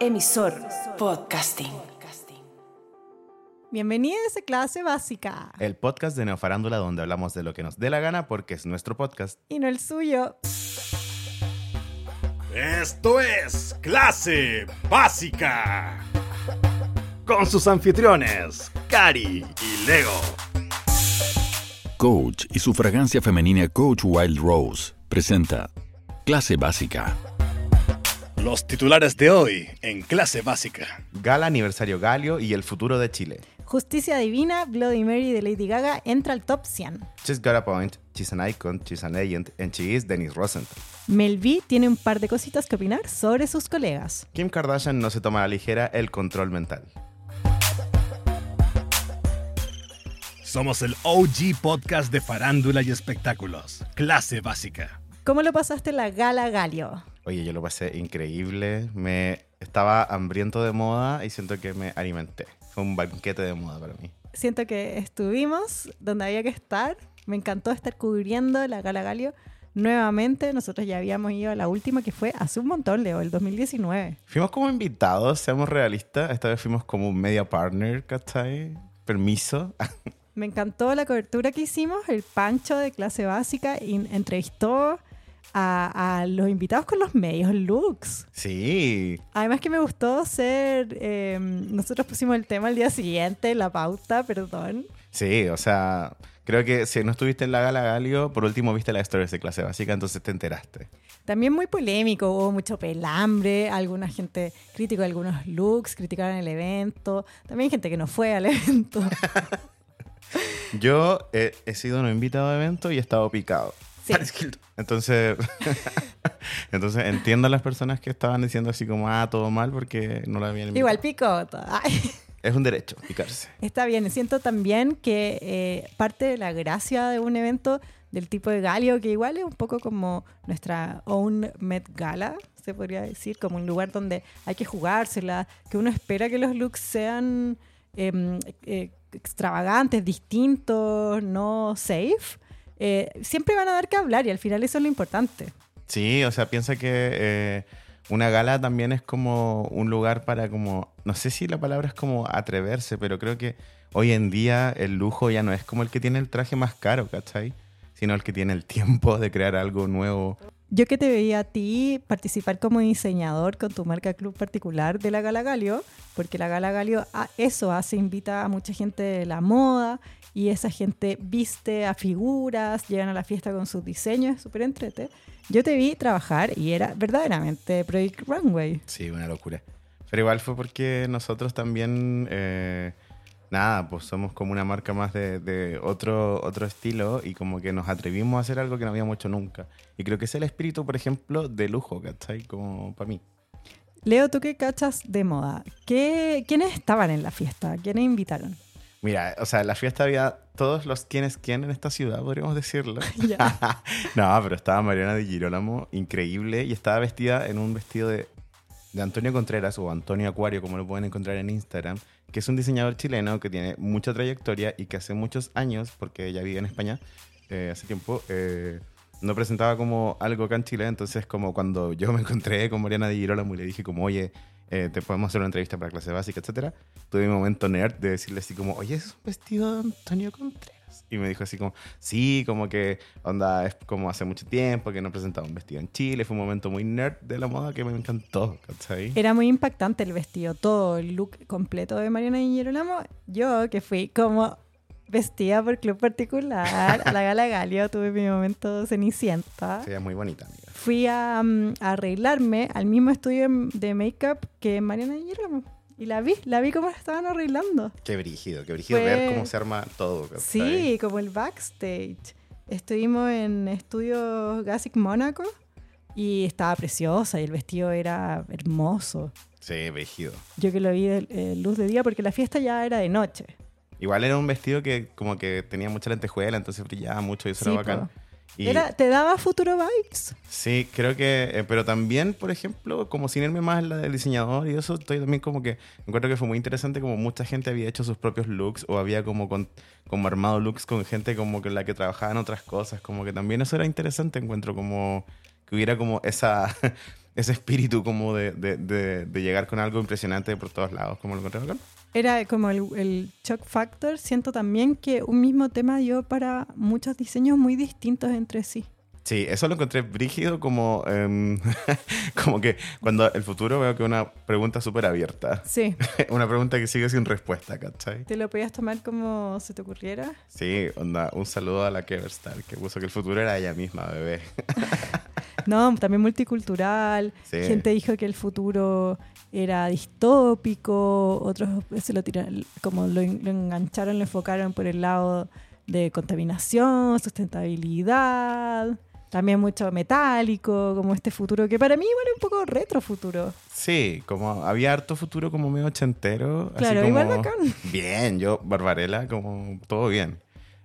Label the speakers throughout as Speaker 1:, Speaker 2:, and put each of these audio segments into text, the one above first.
Speaker 1: Emisor Podcasting.
Speaker 2: Bienvenidos a clase básica.
Speaker 3: El podcast de Neofarándula donde hablamos de lo que nos dé la gana porque es nuestro podcast.
Speaker 2: Y no el suyo.
Speaker 4: Esto es clase básica. Con sus anfitriones, Cari y Lego.
Speaker 5: Coach y su fragancia femenina Coach Wild Rose presenta Clase Básica.
Speaker 4: Los titulares de hoy en clase básica.
Speaker 3: Gala Aniversario Galio y el futuro de Chile.
Speaker 2: Justicia Divina, Bloody Mary de Lady Gaga entra al top 100.
Speaker 3: She's got a point, she's an icon, she's an agent, and she is Denise Rosenthal.
Speaker 2: Mel B tiene un par de cositas que opinar sobre sus colegas.
Speaker 3: Kim Kardashian no se toma a la ligera el control mental.
Speaker 4: Somos el OG podcast de farándula y espectáculos. Clase básica.
Speaker 2: ¿Cómo lo pasaste en la gala Galio?
Speaker 3: Oye, yo lo pasé increíble. Me estaba hambriento de moda y siento que me alimenté. Fue un banquete de moda para mí.
Speaker 2: Siento que estuvimos donde había que estar. Me encantó estar cubriendo la gala Galio nuevamente. Nosotros ya habíamos ido a la última que fue hace un montón, Leo, el 2019.
Speaker 3: Fuimos como invitados, seamos realistas. Esta vez fuimos como un media partner, ¿cachai? Permiso.
Speaker 2: Me encantó la cobertura que hicimos. El Pancho de clase básica in- entrevistó a, a los invitados con los medios looks.
Speaker 3: Sí.
Speaker 2: Además que me gustó ser... eh, nosotros pusimos el tema al día siguiente, la pauta, perdón.
Speaker 3: Sí, o sea, creo que si no estuviste en la gala Galio, por último viste la historia de clase básica, entonces te enteraste.
Speaker 2: También muy polémico, hubo mucho pelambre, alguna gente criticó algunos looks, criticaron el evento, también gente que no fue al evento.
Speaker 3: Yo eh, he sido un invitado a evento y he estado picado.
Speaker 2: Sí.
Speaker 3: Entonces, entonces entiendo a las personas que estaban diciendo así como, ah, todo mal porque no la habían invitado.
Speaker 2: Igual picota. Ay.
Speaker 3: Es un derecho, picarse.
Speaker 2: Está bien, siento también que eh, parte de la gracia de un evento del tipo de galio, que igual es un poco como nuestra own Met Gala, se podría decir, como un lugar donde hay que jugársela, que uno espera que los looks sean em, eh, extravagantes, distintos, no safe. eh, siempre van a dar que hablar y al final eso es lo importante.
Speaker 3: Sí, o sea, piensa que eh, una gala también es como un lugar para como, no sé si la palabra es como atreverse, pero creo que hoy en día el lujo ya no es como el que tiene el traje más caro, ¿cachai? Sino el que tiene el tiempo de crear algo nuevo.
Speaker 2: Yo que te veía a ti participar como diseñador con tu marca club particular de la Gala Galio, porque la Gala Galio a eso hace, invita a mucha gente de la moda y esa gente viste a figuras, llegan a la fiesta con sus diseños, es súper entrete. Yo te vi trabajar y era verdaderamente Project Runway.
Speaker 3: Sí, una locura. Pero igual fue porque nosotros también, eh, nada, pues somos como una marca más de, de otro, otro estilo y como que nos atrevimos a hacer algo que no habíamos hecho nunca. Y creo que es el espíritu, por ejemplo, de lujo, ¿cachai? Como para mí.
Speaker 2: Leo, tú qué cachas de moda. ¿Qué, ¿Quiénes estaban en la fiesta? ¿Quiénes invitaron?
Speaker 3: Mira, o sea, en la fiesta había todos los quién es quién en esta ciudad, podríamos decirlo.
Speaker 2: Ya.
Speaker 3: no, pero estaba Mariana de Girolamo, increíble, y estaba vestida en un vestido de, de Antonio Contreras o Antonio Acuario, como lo pueden encontrar en Instagram, que es un diseñador chileno que tiene mucha trayectoria y que hace muchos años, porque ella vivía en España eh, hace tiempo, eh, no presentaba como algo acá en Chile, entonces como cuando yo me encontré con Mariana de Girolamo y le dije como, oye, eh, te podemos hacer una entrevista para clase básica, etcétera, tuve mi momento nerd de decirle así como, oye, es un vestido de Antonio Contreras. Y me dijo así como, sí, como que, onda, es como hace mucho tiempo que no presentaba un vestido en Chile. Fue un momento muy nerd de la moda que me encantó, ¿cachai?
Speaker 2: Era muy impactante el vestido, todo el look completo de Mariana y Girolamo. Yo, que fui como vestida por club particular a la Gala Galio, tuve mi momento cenicienta.
Speaker 3: Sí, es muy bonita, amiga.
Speaker 2: Fui a, mm, a arreglarme al mismo estudio de make-up que Mariana y Girolamo. Y la vi, la vi cómo la estaban arreglando.
Speaker 3: Qué brígido, qué brígido
Speaker 2: Fue-
Speaker 3: ver cómo se arma todo, ¿cachai?
Speaker 2: Sí, como el backstage. Estuvimos en estudios Gasic Mónaco y estaba preciosa y el vestido era hermoso.
Speaker 3: Sí, brígido.
Speaker 2: Yo que lo vi de eh, luz de día porque la fiesta ya era de noche.
Speaker 3: Igual era un vestido que como que tenía mucha lentejuela, entonces brillaba mucho y eso
Speaker 2: Sí,
Speaker 3: era bacán. Y-
Speaker 2: Era, te daba futuro vibes.
Speaker 3: Sí, creo que, eh, pero también, por ejemplo, como sin irme más a la del diseñador y eso, estoy también como que encuentro que fue muy interesante como mucha gente había hecho sus propios looks o había como con, como armado looks con gente como con la que trabajaba en otras cosas, como que también eso era interesante, encuentro como que hubiera como esa ese espíritu como de, de- de- de llegar con algo impresionante por todos lados, como lo encontramos acá.
Speaker 2: Era como el, el shock factor. Siento también que un mismo tema dio para muchos diseños muy distintos entre sí.
Speaker 3: Sí, eso lo encontré brígido como, em, como que cuando el futuro veo que es una pregunta súper abierta.
Speaker 2: Sí,
Speaker 3: una pregunta que sigue sin respuesta, ¿cachai?
Speaker 2: te lo podías tomar como se te ocurriera.
Speaker 3: Sí, onda, un saludo a la Keverstar, que puso que el futuro era ella misma, bebé.
Speaker 2: No, también multicultural.
Speaker 3: Sí.
Speaker 2: Gente dijo que el futuro era distópico, otros se lo tiraron, como lo, en- lo engancharon, lo enfocaron por el lado de contaminación, sustentabilidad, también mucho metálico, como este futuro que para mí igual es un poco retrofuturo.
Speaker 3: Sí, como había harto futuro como medio ochentero.
Speaker 2: Claro,
Speaker 3: así como,
Speaker 2: igual bacán.
Speaker 3: Bien, yo, Barbarella, como todo bien.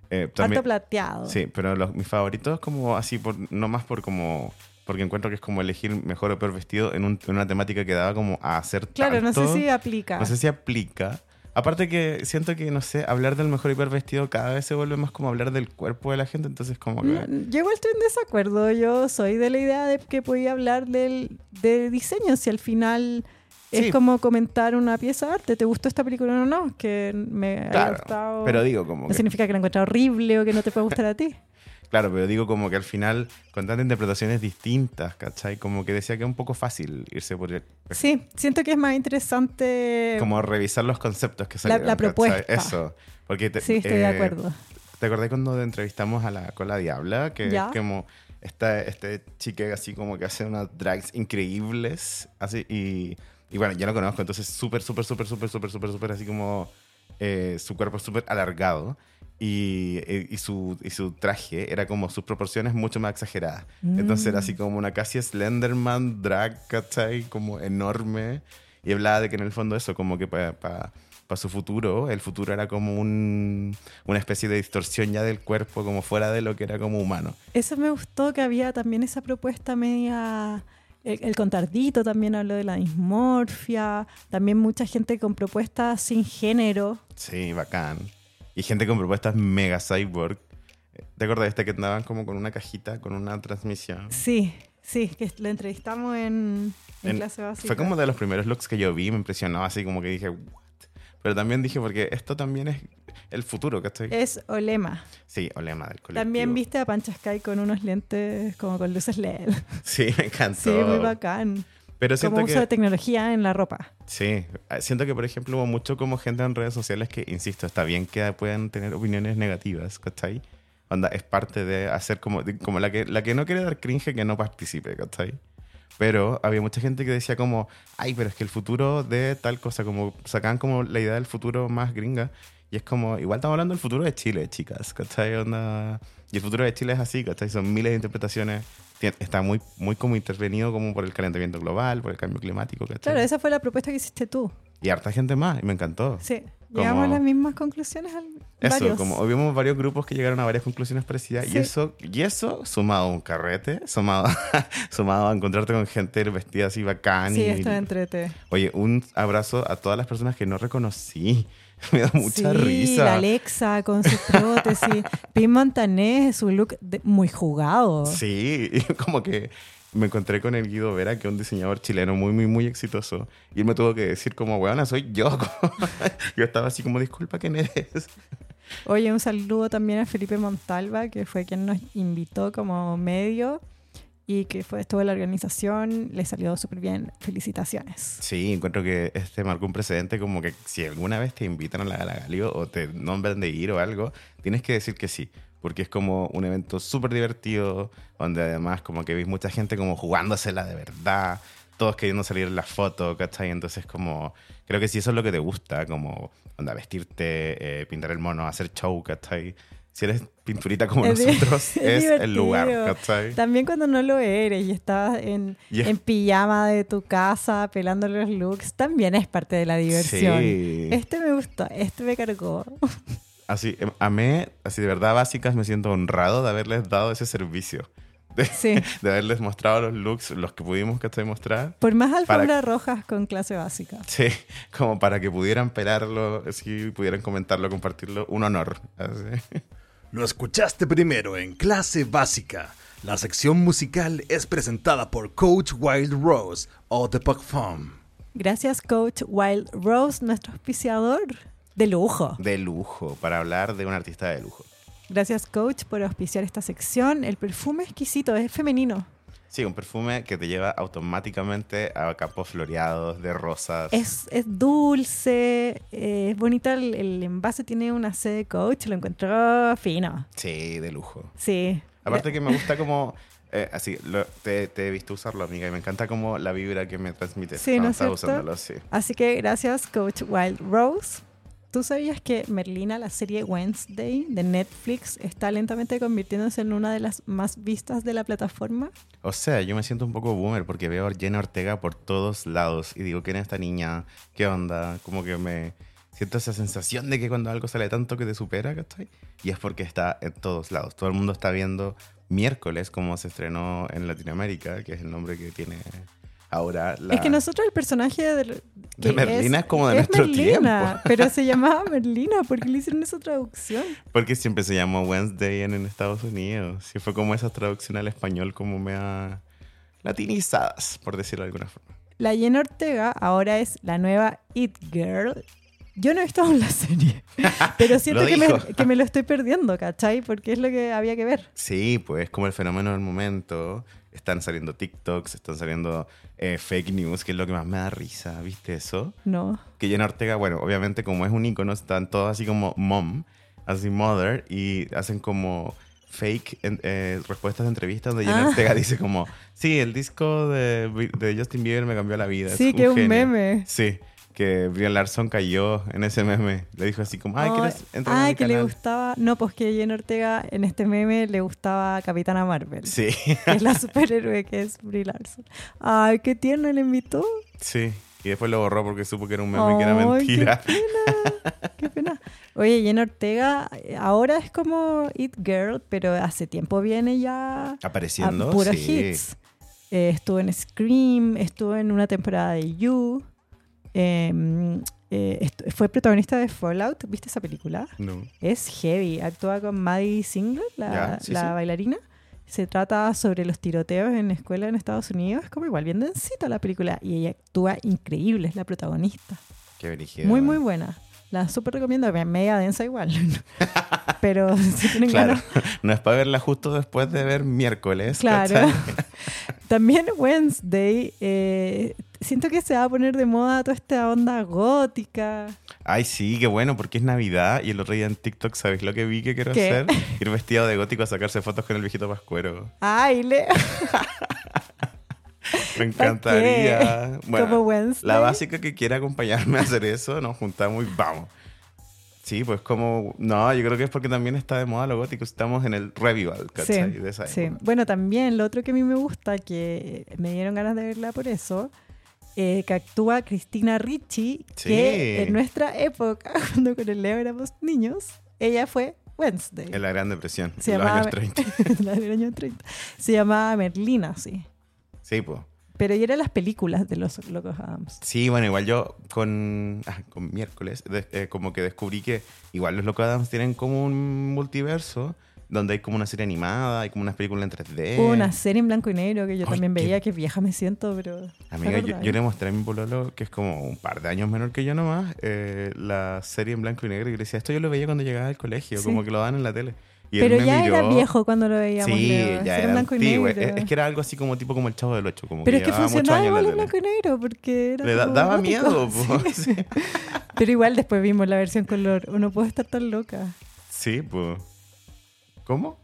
Speaker 3: Eh,
Speaker 2: Harto plateado.
Speaker 3: sí, pero los, mis favoritos como así, por, no más por como... Porque encuentro que es como elegir mejor o peor vestido en, un- en una temática que daba como a hacer
Speaker 2: Claro, no sé
Speaker 3: tanto.
Speaker 2: si aplica.
Speaker 3: No sé si aplica. Aparte que siento que, no sé, hablar del mejor hiper vestido cada vez se vuelve más como hablar del cuerpo de la gente, entonces como que...
Speaker 2: No, Yo igual estoy en desacuerdo. Yo soy de la idea de que podía hablar del, de diseño. Si al final
Speaker 3: Sí.
Speaker 2: es como comentar una pieza de arte. ¿Te gustó esta película o no? Que me haya
Speaker 3: Claro,
Speaker 2: gustado.
Speaker 3: pero digo
Speaker 2: oh.
Speaker 3: como
Speaker 2: no
Speaker 3: que-
Speaker 2: significa que la encuentre horrible o que no te pueda gustar a ti.
Speaker 3: Claro, pero digo como que al final, con tantas interpretaciones distintas, ¿cachai? Como que decía que es un poco fácil irse por el-
Speaker 2: Sí, siento que es más interesante.
Speaker 3: Como revisar los conceptos que
Speaker 2: la
Speaker 3: salieron. ¿cachai?
Speaker 2: propuesta.
Speaker 3: Eso. Porque te,
Speaker 2: sí, estoy de
Speaker 3: eh,
Speaker 2: acuerdo.
Speaker 3: ¿Te acordás cuando entrevistamos a la Cola Diabla? Que
Speaker 2: Ya.
Speaker 3: es como esta, este chique así como que hace unas drags increíbles. Así, y, y bueno, yo lo conozco, entonces súper, súper, súper, súper, súper, súper, súper así como eh, su cuerpo es súper alargado. Y, eh, y su, y su traje era como sus proporciones mucho más exageradas. Entonces era así como una casi Slenderman drag, ¿cachai? Como enorme. Y hablaba de que en el fondo eso, como que para su futuro, el futuro era como un, una especie de distorsión ya del cuerpo, como fuera de lo que era como humano.
Speaker 2: Eso me gustó que había también esa propuesta media. El, el contardito también habló de la dismorfia. También mucha gente con propuestas sin género.
Speaker 3: Sí, bacán. Y gente con propuestas mega cyborg. ¿Te acuerdas de este que andaban como con una cajita, con una transmisión?
Speaker 2: Sí, sí, que lo entrevistamos en, en
Speaker 3: En-
Speaker 2: clase básica.
Speaker 3: Fue como de los primeros looks que yo vi, me impresionó así como que dije, what? Pero también dije, porque esto también es el futuro, ¿cachai?
Speaker 2: Es Olema.
Speaker 3: Sí, olema del colectivo.
Speaker 2: Eh, También viste a Pancha Sky con unos lentes como con luces LED.
Speaker 3: Sí, me encantó.
Speaker 2: Sí, muy bacán.
Speaker 3: Pero siento
Speaker 2: Como
Speaker 3: que...
Speaker 2: uso de tecnología en la ropa.
Speaker 3: Sí, eh, siento que por ejemplo hubo mucho como gente en redes sociales que, insisto, está bien que puedan tener opiniones negativas, ¿cachai? Onda, es parte de hacer como, de- como la, que, la que no quiere dar cringe que no participe, ¿cachai? Pero había mucha gente que decía como, ay, pero es que el futuro de tal cosa, como sacan como la idea del futuro más gringa. Y es como, igual estamos hablando del futuro de Chile, chicas, ¿cachai? Onda, y el futuro de Chile es así, ¿cachai? Son miles de interpretaciones. Tien- Está muy, muy como intervenido como por el calentamiento global, por el cambio climático, ¿cachai?
Speaker 2: Claro, esa fue la propuesta que hiciste tú.
Speaker 3: Y harta gente más, y me encantó.
Speaker 2: Sí.
Speaker 3: Como-
Speaker 2: Llegamos a las mismas conclusiones. al-
Speaker 3: Eso,
Speaker 2: varios.
Speaker 3: como vimos varios grupos que llegaron a varias conclusiones parecidas, y,
Speaker 2: Sí.
Speaker 3: eso, y eso, sumado a un carrete, sumado, sumado a encontrarte con gente vestida así bacán.
Speaker 2: Sí,
Speaker 3: y-
Speaker 2: esto entrete.
Speaker 3: Oye, un abrazo a todas las personas que no reconocí. Me da mucha
Speaker 2: sí,
Speaker 3: risa.
Speaker 2: la Alexa con sus prótesis. Pim Montanés, su look de- muy jugado.
Speaker 3: Sí, y como que me encontré con el Guido Vera, que es un diseñador chileno muy, muy, muy exitoso. Y él me tuvo que decir como, weona, soy yo. como- yo estaba así como, disculpa, ¿quién eres?
Speaker 2: Oye, un saludo también a Felipe Montalva, que fue quien nos invitó como medio y que fue, estuvo en la organización. Le salió súper bien. Felicitaciones.
Speaker 3: Sí, encuentro que este marcó un precedente como que si alguna vez te invitan a la Gala Galio o te nombran de ir o algo, tienes que decir que sí, porque es como un evento súper divertido, donde además como que veis mucha gente como jugándosela de verdad, todos queriendo salir en la foto, ¿cachai? Entonces como, creo que si eso es lo que te gusta, como onda, vestirte, eh, pintar el mono, hacer show, ¿cachai? Si eres pinturita como
Speaker 2: Es di-
Speaker 3: nosotros,
Speaker 2: es
Speaker 3: es el lugar,
Speaker 2: divertido.
Speaker 3: ¿cachai?
Speaker 2: También cuando no lo eres y estás en,
Speaker 3: Y es-
Speaker 2: en pijama de tu casa, pelando los looks, también es parte de la diversión.
Speaker 3: Sí.
Speaker 2: Este me gustó, este me cargó.
Speaker 3: Así, em, amé, así de verdad básicas, me siento honrado de haberles dado ese servicio. De,
Speaker 2: Sí.
Speaker 3: de haberles mostrado los looks, los que pudimos que estoy mostrar.
Speaker 2: Por más
Speaker 3: Para-
Speaker 2: alfombras rojas con clase básica.
Speaker 3: Sí, como para que pudieran pelarlo, así pudieran comentarlo, compartirlo. Un honor. así.
Speaker 4: Lo escuchaste primero en clase básica. La sección musical es presentada por Coach Wild Rose o The Puck Farm.
Speaker 2: Gracias, Coach Wild Rose, nuestro auspiciador de lujo.
Speaker 3: De lujo, para hablar de un artista de lujo.
Speaker 2: Gracias, Coach, por auspiciar esta sección. El perfume exquisito, es femenino.
Speaker 3: Sí, un perfume que te lleva automáticamente a campos floreados, de rosas.
Speaker 2: Es, es dulce, eh, es bonita. El, el envase tiene una C de Coach, lo encuentro fino.
Speaker 3: Sí, de lujo.
Speaker 2: Sí.
Speaker 3: Aparte que me gusta como... eh, así, lo- te, te he visto usarlo, amiga, y me encanta como la vibra que me transmite. Ah,
Speaker 2: Sí, ¿no es
Speaker 3: estaba
Speaker 2: cierto?
Speaker 3: usándolo, sí.
Speaker 2: Así que gracias, Coach Wild Rose. ¿Tú sabías que Merlina, la serie Wednesday de Netflix, está lentamente convirtiéndose en una de las más vistas de la plataforma?
Speaker 3: O sea, yo me siento un poco boomer porque veo a Jenna Ortega por todos lados y digo, ¿quién es esta niña? ¿Qué onda? Como que me siento esa sensación de que cuando algo sale tanto que te supera, ¿cachai? Y es porque está en todos lados. Todo el mundo está viendo miércoles como se estrenó en Latinoamérica, que es el nombre que tiene ahora la...
Speaker 2: Es que nosotros el personaje de, que
Speaker 3: Merlina es como de nuestro tiempo.
Speaker 2: pero se llamaba Merlina porque le hicieron esa traducción.
Speaker 3: Porque siempre se llamó Wednesday en, en Estados Unidos. Sí, fue como esa traducción al español como mea latinizadas, por decirlo de alguna forma.
Speaker 2: La Jenna Ortega ahora es la nueva It Girl. Yo no he visto aún la serie, pero siento
Speaker 3: Lo
Speaker 2: que, me,
Speaker 3: dijo.
Speaker 2: que me lo estoy perdiendo, ¿cachai? Porque es lo que había que ver.
Speaker 3: Sí, pues como el fenómeno del momento. Están saliendo TikToks, están saliendo eh, fake news, que es lo que más me da risa, ¿viste eso?
Speaker 2: No.
Speaker 3: Que Jenna Ortega, bueno, obviamente como es un ícono, están todos así como mom, así mother, y hacen como fake en- eh, respuestas de entrevistas donde Jenna
Speaker 2: Ah.
Speaker 3: Ortega dice como, sí, el disco de, Bi- de Justin Bieber me cambió la vida. es
Speaker 2: Sí, que es un
Speaker 3: genio".
Speaker 2: meme.
Speaker 3: Sí, que Brian Larson cayó en ese meme. Le dijo así como, ay,
Speaker 2: Oh,
Speaker 3: ¿quieres entrar en
Speaker 2: ay,
Speaker 3: mi
Speaker 2: que le
Speaker 3: canal?".
Speaker 2: gustaba. No, pues que Jen Ortega en este meme le gustaba Capitana Marvel.
Speaker 3: Sí,
Speaker 2: Que es la superhéroe que es Brie Larson. Ay, qué tierno le invitó.
Speaker 3: Sí, y después lo borró porque supo que era un meme que era
Speaker 2: Ay,
Speaker 3: mentira.
Speaker 2: Qué pena. Qué pena. Oye, Jen Ortega eh, ahora es como It Girl, pero hace tiempo viene ya a
Speaker 3: Apareciendo.
Speaker 2: Ah, puros
Speaker 3: sí.
Speaker 2: hits. Eh, estuvo en Scream, estuvo en una temporada de You. eh, eh, estu- fue protagonista de Fallout. ¿Viste esa película?
Speaker 3: No.
Speaker 2: Es heavy. Actúa con Maddie Singler, la,
Speaker 3: Ya, sí,
Speaker 2: la
Speaker 3: sí.
Speaker 2: bailarina. Se trata sobre los tiroteos en escuela en Estados Unidos. Es como igual bien densita la película. Y ella actúa increíble, es la protagonista.
Speaker 3: Qué brígido.
Speaker 2: muy, muy
Speaker 3: bueno.
Speaker 2: buena. La súper recomiendo. me- Media densa igual. Pero si tienen
Speaker 3: Claro,
Speaker 2: ganas.
Speaker 3: no es para verla justo después de ver miércoles.
Speaker 2: Claro.
Speaker 3: ¿cachai?
Speaker 2: También Wednesday. eh, siento que se va a poner de moda toda esta onda gótica.
Speaker 3: Ay, sí, qué bueno, porque es Navidad y el otro día en TikTok, ¿sabéis lo que vi que quiero
Speaker 2: ¿Qué?
Speaker 3: hacer? Ir vestido de gótico a sacarse fotos con el viejito Pascuero.
Speaker 2: Ay, le.
Speaker 3: Me
Speaker 2: ¿Pa'
Speaker 3: encantaría.
Speaker 2: qué?
Speaker 3: Bueno,
Speaker 2: Como Wednesday.
Speaker 3: la básica que quiera acompañarme a hacer eso, nos juntamos y vamos. Sí, pues como. No, yo creo que es porque también está de moda lo gótico. Estamos en el revival, ¿cachai? de esa
Speaker 2: sí.
Speaker 3: época.
Speaker 2: Bueno, también lo otro que a mí me gusta, que me dieron ganas de verla por eso, eh, que actúa Cristina Ricci,
Speaker 3: Sí.
Speaker 2: que en nuestra época, cuando con el Leo éramos niños, ella fue Wednesday.
Speaker 3: En la Gran Depresión,
Speaker 2: Se
Speaker 3: en los
Speaker 2: llamaba-
Speaker 3: años 30.
Speaker 2: la del año 30. Se llamaba Merlina, sí.
Speaker 3: Sí, pues.
Speaker 2: Pero ella era las películas de los Locos Adams.
Speaker 3: Sí, bueno, igual yo con, ah, con miércoles, de- eh, como que descubrí que igual los Locos Adams tienen como un multiverso donde hay como una serie animada, hay como unas películas en 3D.
Speaker 2: Hubo una serie en blanco y negro que yo
Speaker 3: Ay,
Speaker 2: también
Speaker 3: qué-
Speaker 2: veía, que vieja me siento, pero... ¿te
Speaker 3: Amiga, yo,
Speaker 2: acordás?
Speaker 3: yo le mostré a mi pololo, que es como un par de años menor que yo nomás, eh, la serie en blanco y negro. Y yo le decía, esto yo lo veía cuando llegaba al colegio,
Speaker 2: Sí.
Speaker 3: como que lo daban en la tele. Y él
Speaker 2: Pero
Speaker 3: me
Speaker 2: ya era
Speaker 3: miró.
Speaker 2: viejo cuando lo veíamos.
Speaker 3: Sí,
Speaker 2: Leo.
Speaker 3: ya
Speaker 2: en
Speaker 3: era
Speaker 2: blanco y
Speaker 3: antiguo.
Speaker 2: negro.
Speaker 3: Es, es que era algo así como tipo como el chavo del 8. Como
Speaker 2: Pero es que
Speaker 3: llevaba muchos
Speaker 2: funcionaba
Speaker 3: años en la
Speaker 2: igual en
Speaker 3: tele.
Speaker 2: blanco y negro porque era
Speaker 3: Le da-
Speaker 2: como
Speaker 3: daba
Speaker 2: gótico.
Speaker 3: miedo, po.
Speaker 2: Sí. Pero igual después vimos la versión color. Uno puede estar tan loca.
Speaker 3: Sí, pues. ¿Cómo?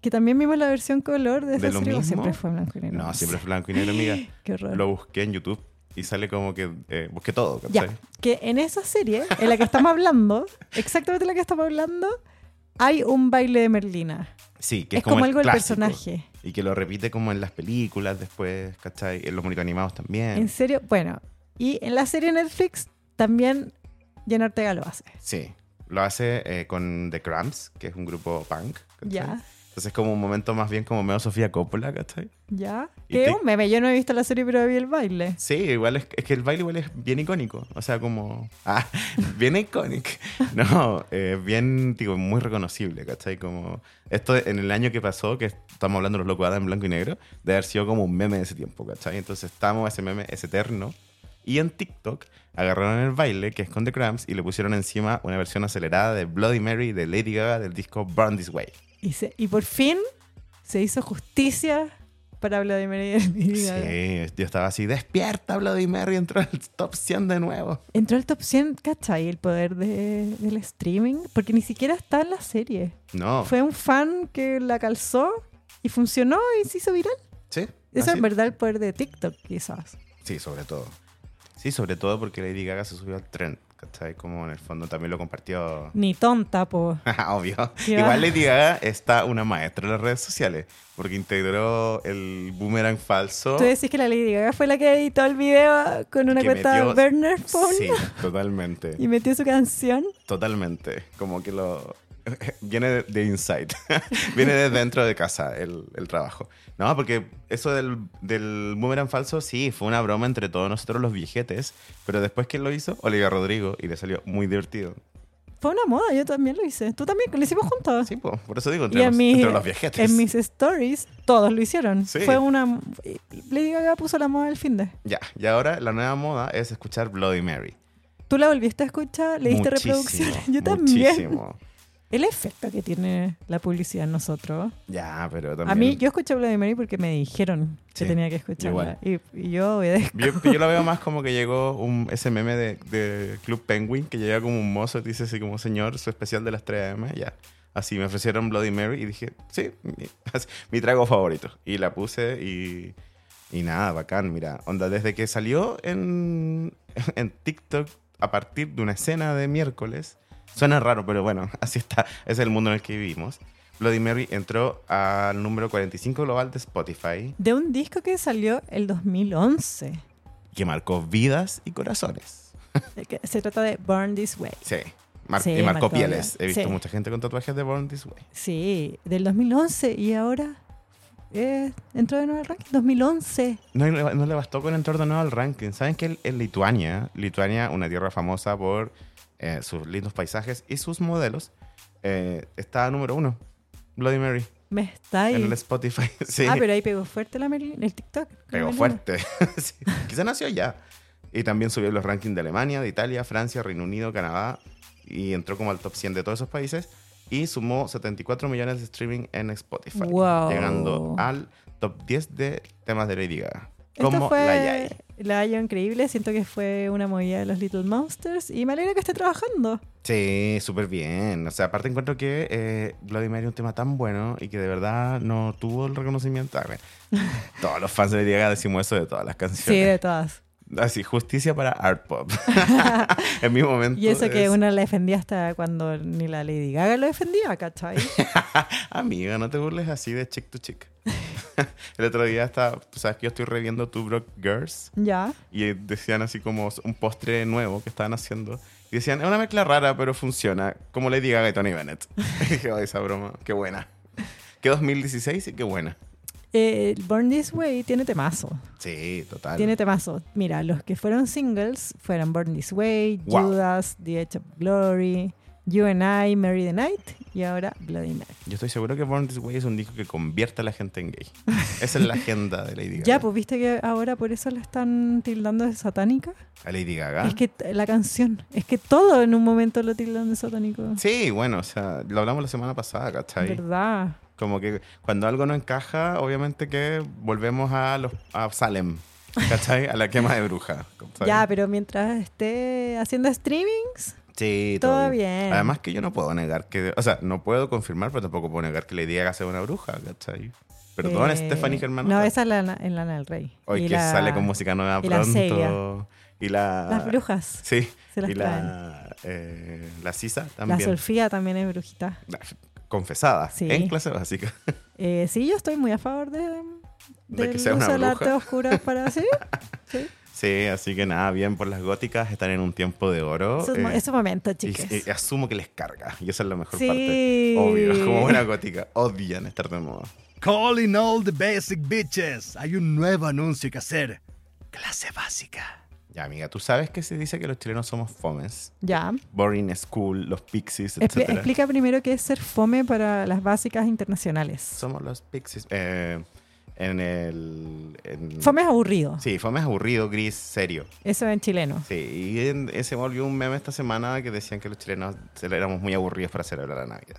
Speaker 2: Que también vimos la versión color de, esa
Speaker 3: ¿De lo
Speaker 2: serie, o
Speaker 3: mismo?
Speaker 2: Siempre fue en blanco y negro.
Speaker 3: No, siempre es blanco y negro, amiga.
Speaker 2: Qué horror.
Speaker 3: Lo busqué en YouTube y sale como que eh, busqué todo.
Speaker 2: Ya,
Speaker 3: ¿cachai?
Speaker 2: que en esa serie en la que estamos hablando, exactamente la que estamos hablando, hay un baile de Merlina.
Speaker 3: Sí, que
Speaker 2: Es,
Speaker 3: es,
Speaker 2: como, algo
Speaker 3: el
Speaker 2: del
Speaker 3: clásico.
Speaker 2: personaje.
Speaker 3: Y que lo repite como en las películas después, ¿cachai? En los monitos animados
Speaker 2: En
Speaker 3: también.
Speaker 2: serio, bueno. Y en la serie Netflix también Jenna Ortega lo hace.
Speaker 3: Sí. Lo hace eh, con The Cramps, que es un grupo punk. ¿cachai?
Speaker 2: Ya.
Speaker 3: Entonces es como un momento más bien como medio Sofía Coppola, ¿cachai?
Speaker 2: ¿Ya?
Speaker 3: Y
Speaker 2: Que
Speaker 3: te-
Speaker 2: es un meme. Yo no he visto la serie, pero vi el baile.
Speaker 3: Sí, igual es, es que el baile igual es bien icónico. O sea, como. Ah, bien icónico. No, eh, bien, digo, muy reconocible, ¿cachai? Como. Esto en el año que pasó, que estamos hablando de los locos Adam en blanco y negro, de haber sido como un meme de ese tiempo, ¿cachai? Entonces estamos, ese meme es eterno. Y en TikTok agarraron el baile, que es con The Cramps, y le pusieron encima una versión acelerada de Bloody Mary de Lady Gaga del disco Burn This Way.
Speaker 2: Y, se- y por fin se hizo justicia para Vladimir y Lady Gaga.
Speaker 3: Sí, yo estaba así, despierta Bloody Mary, entró al top 100 de nuevo.
Speaker 2: Entró al top 100, ¿cachai? El poder de- del streaming, porque ni siquiera está en la serie.
Speaker 3: No.
Speaker 2: Fue un fan que la calzó y funcionó y se hizo viral.
Speaker 3: ¿Ah, Sí.
Speaker 2: Eso
Speaker 3: así.
Speaker 2: es verdad el poder de TikTok, quizás.
Speaker 3: Sí, sobre todo. Sí, sobre todo porque Lady Gaga se subió al tren, ¿cachai? Como en el fondo también lo compartió.
Speaker 2: Ni tonta, po.
Speaker 3: Obvio.
Speaker 2: Ya.
Speaker 3: Igual Lady Gaga está una maestra en las redes sociales porque integró el boomerang falso.
Speaker 2: Tú decís que la Lady Gaga fue la que editó el video con una
Speaker 3: Oh. que
Speaker 2: cuenta
Speaker 3: metió-
Speaker 2: burner phone
Speaker 3: Sí, totalmente.
Speaker 2: y metió su canción.
Speaker 3: Totalmente. Como que lo. Viene de, de inside. Viene de dentro de casa el, el trabajo. No, porque eso del, del boomerang falso, sí, fue una broma entre todos nosotros los viejetes. Pero después, ¿quién lo hizo? Olivia Rodrigo. Y le salió muy divertido.
Speaker 2: Fue una moda, yo también lo hice. Tú también, lo hicimos juntos.
Speaker 3: Sí, po, por eso digo,
Speaker 2: y
Speaker 3: entre,
Speaker 2: en
Speaker 3: los,
Speaker 2: mis,
Speaker 3: entre los viejetes.
Speaker 2: en mis stories, todos lo hicieron.
Speaker 3: Sí.
Speaker 2: Fue una. Lady Gaga puso la moda el fin de.
Speaker 3: Ya, y ahora la nueva moda es escuchar Bloody Mary.
Speaker 2: Tú la volviste a escuchar, le diste
Speaker 3: Muchísimo,
Speaker 2: reproducción. Yo también.
Speaker 3: Muchísimo.
Speaker 2: El efecto que tiene la publicidad en nosotros.
Speaker 3: Ya, pero
Speaker 2: A
Speaker 3: también.
Speaker 2: mí, yo escuché Bloody Mary porque me dijeron que
Speaker 3: Sí,
Speaker 2: tenía que escucharla. Y, y yo obedezco.
Speaker 3: Yo, yo lo veo más como que llegó un, ese meme de, de Club Penguin, que llega como un mozo y te dice así como, señor, su especial de las 3 AM, ya. Así me ofrecieron Bloody Mary y dije, sí, mi, así, mi trago favorito. Y la puse y, y nada, bacán, mira. Onda, desde que salió en, en TikTok a partir de una escena de miércoles, suena raro, pero bueno, así está, es el mundo en el que vivimos. Bloody Mary entró al número 45 global de Spotify,
Speaker 2: De un disco que salió el 2011.
Speaker 3: que marcó vidas y corazones.
Speaker 2: que Se trata de Burn This Way.
Speaker 3: Sí. Mar-
Speaker 2: Sí,
Speaker 3: y marcó
Speaker 2: marcó
Speaker 3: pieles.
Speaker 2: bien.
Speaker 3: He visto
Speaker 2: Sí.
Speaker 3: mucha gente con tatuajes de Born This Way.
Speaker 2: Sí, del 2011 y ahora eh, entró de nuevo al ranking 2011.
Speaker 3: No, y le- no le bastó con entrar de nuevo al ranking. ¿Saben que en Lituania, Lituania, una tierra famosa por eh, sus lindos paisajes y sus modelos, eh, está número uno? Bloody Mary.
Speaker 2: Me está ahí.
Speaker 3: En el Spotify. Sí.
Speaker 2: Ah, pero ahí pegó fuerte la Merlin, el TikTok. la
Speaker 3: Pegó
Speaker 2: Merlina.
Speaker 3: fuerte. Sí. Quizá nació allá. Y también subió los rankings de Alemania, de Italia, Francia, Reino Unido, Canadá. Y entró como al top 100 de todos esos países. Y sumó 74 millones de streaming en Spotify.
Speaker 2: Wow.
Speaker 3: Llegando al top 10 de temas de Lady Gaga.
Speaker 2: Esto
Speaker 3: Como
Speaker 2: fue
Speaker 3: la Yay.
Speaker 2: la Yayo increíble. Siento que fue una movida de los Little Monsters y me alegra que esté trabajando.
Speaker 3: Sí, súper bien. O sea, aparte encuentro que eh, Bloody Mary es un tema tan bueno y que de verdad no tuvo el reconocimiento. Ah, bueno. Todos los fans de Lady Gaga decimos eso de todas las
Speaker 2: Sí,
Speaker 3: canciones.
Speaker 2: de todas.
Speaker 3: Así, justicia para Art Pop. en mi momento.
Speaker 2: Y eso que
Speaker 3: es-
Speaker 2: una la defendía hasta cuando ni la Lady Gaga lo defendía, ¿cachai?
Speaker 3: Amiga, no te burles así de chick to chick. El otro día estaba. Tú sabes que yo estoy reviendo Tu Brock Girls.
Speaker 2: ya.
Speaker 3: Y decían así como un postre nuevo que estaban haciendo. Y decían, es una mezcla rara, pero funciona. Como le diga a Tony Bennett. Y dije, "Ay, esa broma, qué buena. Que 2016 y qué buena.
Speaker 2: Eh, Born This Way tiene temazo.
Speaker 3: Sí, total.
Speaker 2: Tiene temazo. Mira, los que fueron singles fueron Born This Way,
Speaker 3: Wow.
Speaker 2: Judas, The Edge of Glory, You and I, Mary the Night y ahora Bloody Night.
Speaker 3: Yo estoy seguro que Born This Way es un disco que convierte a la gente en gay. Esa es la agenda de Lady Gaga.
Speaker 2: Ya, pues viste que ahora por eso la están tildando de satánica.
Speaker 3: A Lady Gaga.
Speaker 2: pues. Es que t- la canción, es que todo en un momento lo tildan de satánico.
Speaker 3: Sí, bueno, o sea, lo hablamos la semana pasada, ¿cachai?
Speaker 2: ¿Verdad?
Speaker 3: Como que cuando algo no encaja, obviamente que volvemos a, los, a Salem, ¿cachai? A la quema de bruja. ¿cachai?
Speaker 2: Ya, pero mientras esté haciendo streamings,
Speaker 3: Sí,
Speaker 2: todo bien.
Speaker 3: Además que yo no puedo negar que, o sea, no puedo confirmar, pero tampoco puedo negar que Lady Gaga sea una bruja, ¿cachai? Perdón,
Speaker 2: eh,
Speaker 3: Stephanie Germán.
Speaker 2: No, esa es la, na- en Lana del Rey.
Speaker 3: Hoy
Speaker 2: Y
Speaker 3: que
Speaker 2: la-
Speaker 3: sale con música nueva
Speaker 2: y la Celia.
Speaker 3: pronto. y la...
Speaker 2: Las brujas.
Speaker 3: Sí.
Speaker 2: se las
Speaker 3: y la... eh, la Sisa
Speaker 2: La
Speaker 3: también.
Speaker 2: Sofía también es brujita.
Speaker 3: Confesada.
Speaker 2: Sí.
Speaker 3: En clase básica.
Speaker 2: Eh, sí, yo estoy muy a favor de,
Speaker 3: De que
Speaker 2: del
Speaker 3: sea una
Speaker 2: uso del
Speaker 3: bruja.
Speaker 2: arte oscuro para sí. sí.
Speaker 3: Sí, así que nada, bien por las góticas, están en un tiempo de oro.
Speaker 2: Esos,
Speaker 3: eh,
Speaker 2: mo- esos momentos,
Speaker 3: y-
Speaker 2: chicas.
Speaker 3: y, asumo que les carga, y esa es la mejor
Speaker 2: Sí.
Speaker 3: parte. Obvio, como buena gótica, odian estar de moda.
Speaker 4: Calling all the basic bitches. Hay un nuevo anuncio que hacer. Clase básica.
Speaker 3: Ya, amiga, tú sabes que se dice que los chilenos somos fomes.
Speaker 2: Ya.
Speaker 3: Boring School, los Pixies,
Speaker 2: Expli-
Speaker 3: etcétera.
Speaker 2: explica primero qué es ser fome para las básicas internacionales.
Speaker 3: Somos los Pixies. Eh, en el. en-
Speaker 2: Fome es aburrido.
Speaker 3: Sí, fome es aburrido, gris, serio.
Speaker 2: Eso en chileno.
Speaker 3: Sí, y en- eh, se me volvió un meme esta semana que decían que los chilenos ce- éramos muy aburridos para celebrar la Navidad.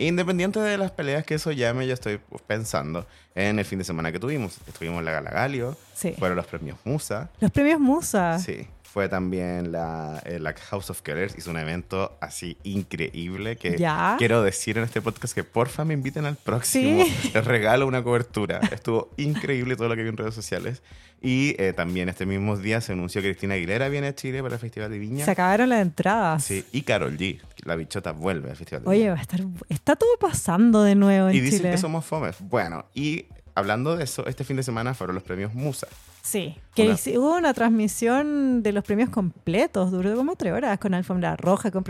Speaker 3: Independiente de las peleas que eso llame, yo estoy pensando en el fin de semana que tuvimos. Estuvimos en la Gala Galio,
Speaker 2: Sí.
Speaker 3: fueron los premios Musa.
Speaker 2: Los premios Musa.
Speaker 3: Sí, fue también la, eh, la House of Colors. Hizo un evento así increíble que
Speaker 2: Ya.
Speaker 3: quiero decir en este podcast que porfa me inviten al próximo.
Speaker 2: Sí.
Speaker 3: Les regalo una cobertura. Estuvo increíble todo lo que vi en redes sociales. Y eh, también este mismo día se anunció que Cristina Aguilera viene a Chile para el Festival de Viña.
Speaker 2: Se acabaron las entradas.
Speaker 3: Sí, y Carol G, la bichota, vuelve al Festival de
Speaker 2: Oye,
Speaker 3: Viña.
Speaker 2: va a estar. Está todo pasando de nuevo en
Speaker 3: Y dicen
Speaker 2: Chile.
Speaker 3: que somos fomes. Bueno, y hablando de eso, este fin de semana fueron los premios Musa.
Speaker 2: Sí. Que
Speaker 3: Una-
Speaker 2: hici- hubo una transmisión de los premios completos. Duró como tres horas con alfombra roja, con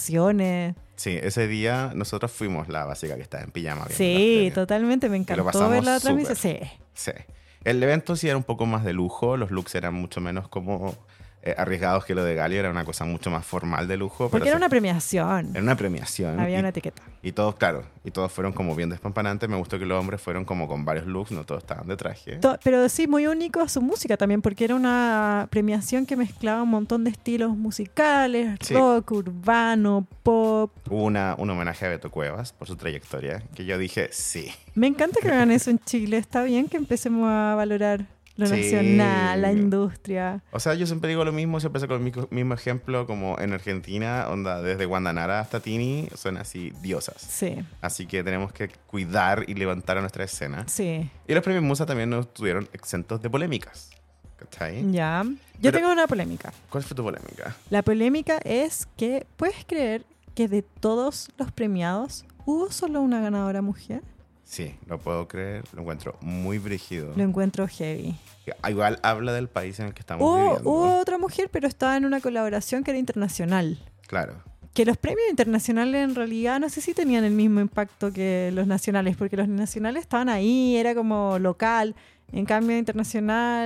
Speaker 2: presentaciones.
Speaker 3: Sí, ese día nosotros fuimos la básica que está en pijama. viendo los
Speaker 2: Sí,
Speaker 3: premios.
Speaker 2: totalmente. Me encantó
Speaker 3: pasamos
Speaker 2: ver la transmisión.
Speaker 3: súper.
Speaker 2: Sí.
Speaker 3: Sí. El evento sí era un poco más de lujo, los looks eran mucho menos como eh, arriesgados que lo de Galio, era una cosa mucho más formal de lujo. pero
Speaker 2: Porque era
Speaker 3: se-
Speaker 2: una premiación.
Speaker 3: era una premiación.
Speaker 2: Había
Speaker 3: y,
Speaker 2: una etiqueta.
Speaker 3: y todos, claro, y todos fueron como bien despampanantes. Me gustó que los hombres fueron como con varios looks, no todos estaban de traje.
Speaker 2: To- Pero sí, muy único a su música también, porque era una premiación que mezclaba un montón de estilos musicales,
Speaker 3: Sí.
Speaker 2: rock, urbano, pop.
Speaker 3: Hubo una, un homenaje a Beto Cuevas por su trayectoria, que yo dije, sí.
Speaker 2: Me encanta que hagan eso en Chile. Está bien que empecemos a valorar lo
Speaker 3: Sí.
Speaker 2: nacional, la industria.
Speaker 3: O sea, yo siempre digo lo mismo, siempre saco el mico- mismo ejemplo, como en Argentina, onda, desde Guandanara hasta Tini, son así diosas.
Speaker 2: Sí,
Speaker 3: Así que tenemos que cuidar y levantar a nuestra escena.
Speaker 2: sí,
Speaker 3: Y los premios Musa también no estuvieron exentos de polémicas. ¿Cachai?
Speaker 2: ya. Yo
Speaker 3: Pero-
Speaker 2: tengo una polémica.
Speaker 3: ¿Cuál fue tu polémica?
Speaker 2: La polémica es que, ¿puedes creer que de todos los premiados hubo solo una ganadora mujer?
Speaker 3: Sí, no puedo creer, lo encuentro muy brígido. ah,
Speaker 2: Lo encuentro heavy.
Speaker 3: Igual habla del país en el que estamos
Speaker 2: Hubo,
Speaker 3: viviendo.
Speaker 2: hubo otra mujer, pero estaba en una colaboración que era internacional.
Speaker 3: Claro.
Speaker 2: que los premios internacionales en realidad no sé si tenían el mismo impacto que los nacionales, porque los nacionales estaban ahí, era como local, en cambio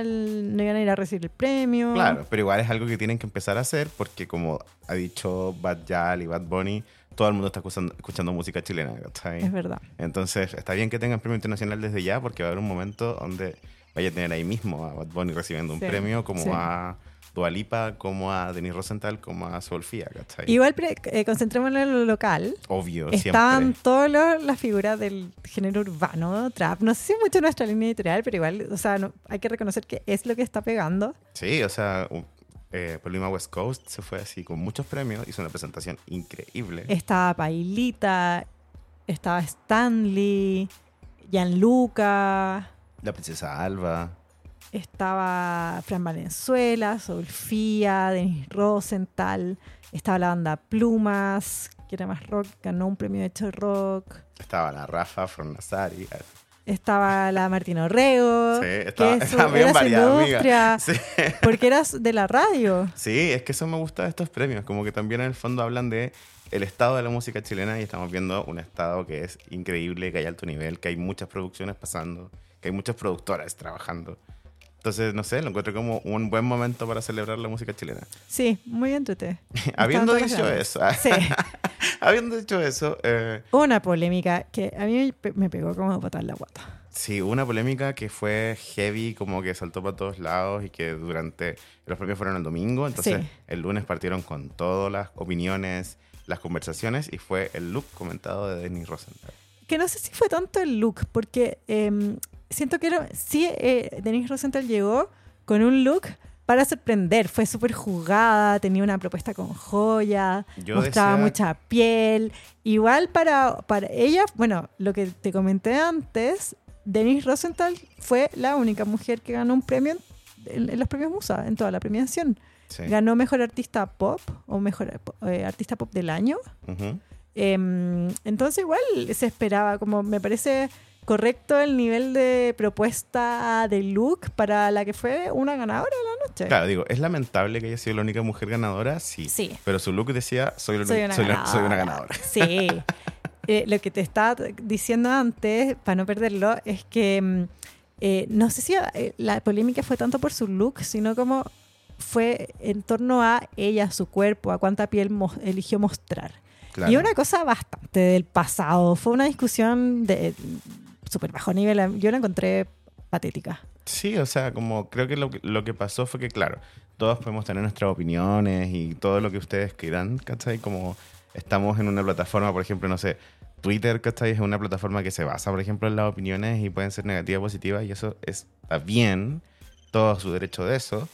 Speaker 2: internacional no iban a ir a recibir el premio.
Speaker 3: Claro, pero igual es algo que tienen que empezar a hacer porque como ha dicho Bad Yal y Bad Bunny, todo el mundo está escuchando, escuchando música chilena, ¿cachai?
Speaker 2: Es verdad.
Speaker 3: Entonces, está bien que tengan premio internacional desde ya, porque va a haber un momento donde vaya a tener ahí mismo a Bad Bunny recibiendo un
Speaker 2: Sí,
Speaker 3: premio, como
Speaker 2: sí.
Speaker 3: a Dualipa, como a Denis Rosenthal, como a Solfía, ¿cachai?
Speaker 2: Igual pre- eh, concentrémonos en lo local.
Speaker 3: Obvio,
Speaker 2: Estaban
Speaker 3: siempre.
Speaker 2: todas las- las figuras del género urbano, trap. No sé si mucho nuestra línea editorial, pero igual, o sea, no- hay que reconocer que es lo que está pegando.
Speaker 3: Sí, o sea, u- eh, Paloma West Coast se fue así con muchos premios, hizo una presentación increíble.
Speaker 2: Estaba Pailita, estaba Stanley, Gianluca.
Speaker 3: La princesa Alba.
Speaker 2: Estaba Fran Valenzuela, Solfía, Denis Rosenthal, estaba la banda Plumas, que era más rock, ganó un premio de hecho rock.
Speaker 3: Estaba la Rafa From Nazari.
Speaker 2: Estaba la Martina Orrego,
Speaker 3: Sí, estaba,
Speaker 2: Oh, que su-
Speaker 3: estaba bien
Speaker 2: era su
Speaker 3: variada,
Speaker 2: industria,
Speaker 3: amiga. Sí.
Speaker 2: porque eras de la radio.
Speaker 3: Sí, es que eso me gusta de estos premios, como que también en el fondo hablan de el estado de la música chilena y estamos viendo un estado que es increíble, que hay alto nivel, que hay muchas producciones pasando, que hay muchas productoras trabajando. Entonces, no sé, lo encuentro como un buen momento para celebrar la música chilena.
Speaker 2: Sí, muy entrete.
Speaker 3: habiendo
Speaker 2: Estaban todas
Speaker 3: dicho
Speaker 2: las
Speaker 3: eso,
Speaker 2: grandes. Sí,
Speaker 3: habiendo dicho eso, eh,
Speaker 2: hubo una polémica que a mí me pe- me pegó como botar la guata.
Speaker 3: sí, hubo una polémica que fue heavy, como que saltó para todos lados y que durante los premios fueron el domingo, entonces
Speaker 2: Sí.
Speaker 3: el lunes partieron con todas las opiniones, las conversaciones y fue el look comentado de Denis Rosenthal.
Speaker 2: que no sé si fue tanto el look, porque eh, siento que era- sí, eh, Denise Rosenthal llegó con un look para sorprender, fue súper jugada, tenía una propuesta con joya,
Speaker 3: Yo
Speaker 2: mostraba
Speaker 3: deseaba-
Speaker 2: mucha piel. Igual para, para ella, bueno, lo que te comenté antes, Denise Rosenthal fue la única mujer que ganó un premio en, en los premios Musa, en toda la premiación.
Speaker 3: Sí.
Speaker 2: Ganó Mejor Artista Pop o Mejor eh, Artista Pop del Año.
Speaker 3: Ujú.
Speaker 2: Em, entonces igual se esperaba, como me parece correcto el nivel de propuesta de look para la que fue una ganadora de la noche.
Speaker 3: Claro, digo, es lamentable que haya sido la única mujer ganadora, sí.
Speaker 2: Sí.
Speaker 3: Pero su look decía, soy, la
Speaker 2: Soy
Speaker 3: uni-
Speaker 2: una
Speaker 3: soy la-
Speaker 2: ganadora.
Speaker 3: soy una ganadora.
Speaker 2: Sí. Eh, lo que te estaba t- diciendo antes, para no perderlo, es que mm, eh, no sé si eh, la polémica fue tanto por su look, sino como fue en torno a ella, su cuerpo, a cuánta piel mos- eligió mostrar.
Speaker 3: Claro.
Speaker 2: Y una cosa bastante del pasado. Fue una discusión de súper bajo nivel. Yo la encontré patética.
Speaker 3: Sí, o sea, como creo que lo, que lo que pasó fue que, claro, todos podemos tener nuestras opiniones y todo lo que ustedes quieran, ¿cachai? Como estamos en una plataforma, por ejemplo, no sé, Twitter, ¿cachai? Es una plataforma que se basa, por ejemplo, en las opiniones y pueden ser negativas o positivas y eso está bien, todo su derecho de eso,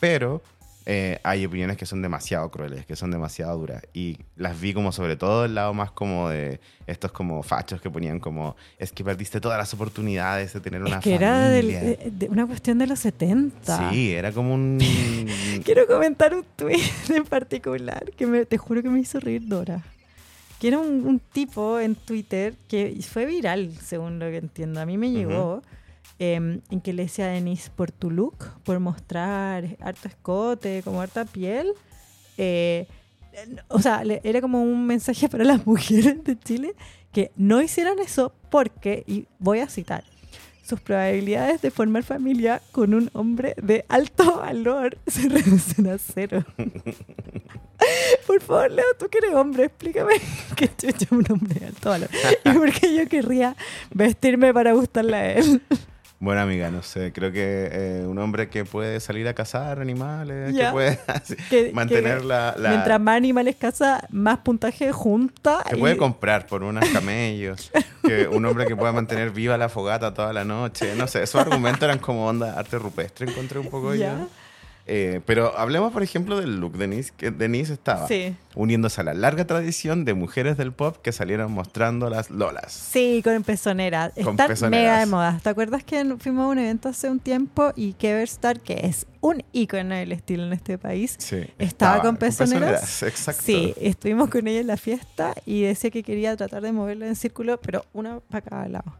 Speaker 3: pero eh, hay opiniones que son demasiado crueles, que son demasiado duras y las vi como sobre todo el lado más como de estos como fachos que ponían como, es que perdiste todas las oportunidades de tener una
Speaker 2: es que era del- eh,
Speaker 3: familia".
Speaker 2: de- de una cuestión de los 70.
Speaker 3: Sí, era como un...
Speaker 2: Quiero comentar un tweet en particular que me, te juro que me hizo reír Dora. Que era un, un tipo en Twitter que fue viral, según lo que entiendo. A mí me llegó eh, en que le decía a Denise por tu look, por mostrar harto escote, como harta piel. eh, o sea, le- era como un mensaje para las mujeres de Chile que no hicieran eso porque, y voy a citar, sus probabilidades de formar familia con un hombre de alto valor se reducen a cero. Por favor, Leo, tú que eres hombre, explícame qué chucha es un hombre de alto valor. Y por qué yo querría vestirme para gustarle a él.
Speaker 3: Bueno, amiga, no sé, creo que eh, un hombre que puede salir a cazar animales,
Speaker 2: Ya.
Speaker 3: que puede así,
Speaker 2: Que-
Speaker 3: mantener
Speaker 2: que
Speaker 3: la... la-
Speaker 2: Mientras más animales caza, más puntaje junta.
Speaker 3: que
Speaker 2: y-
Speaker 3: puede comprar por unos camellos, que un hombre que pueda mantener viva la fogata toda la noche, no sé, esos argumentos eran como onda arte rupestre, encontré un poco
Speaker 2: Ya.
Speaker 3: yo. Eh, pero hablemos, por ejemplo, del look de Denise, que Denise estaba
Speaker 2: Sí.
Speaker 3: uniéndose a la larga tradición de mujeres del pop que salieron mostrando las lolas.
Speaker 2: Sí, con pezonera.
Speaker 3: Con
Speaker 2: Está
Speaker 3: pezoneras.
Speaker 2: mega de moda. ¿Te acuerdas que fuimos a un evento hace un tiempo y Keverstar, que es un ícono del estilo en este país,
Speaker 3: Sí,
Speaker 2: estaba, con pezoneras?
Speaker 3: Exacto.
Speaker 2: Sí, estuvimos con ella en la fiesta y decía que quería tratar de moverla en círculo, pero una para cada lado.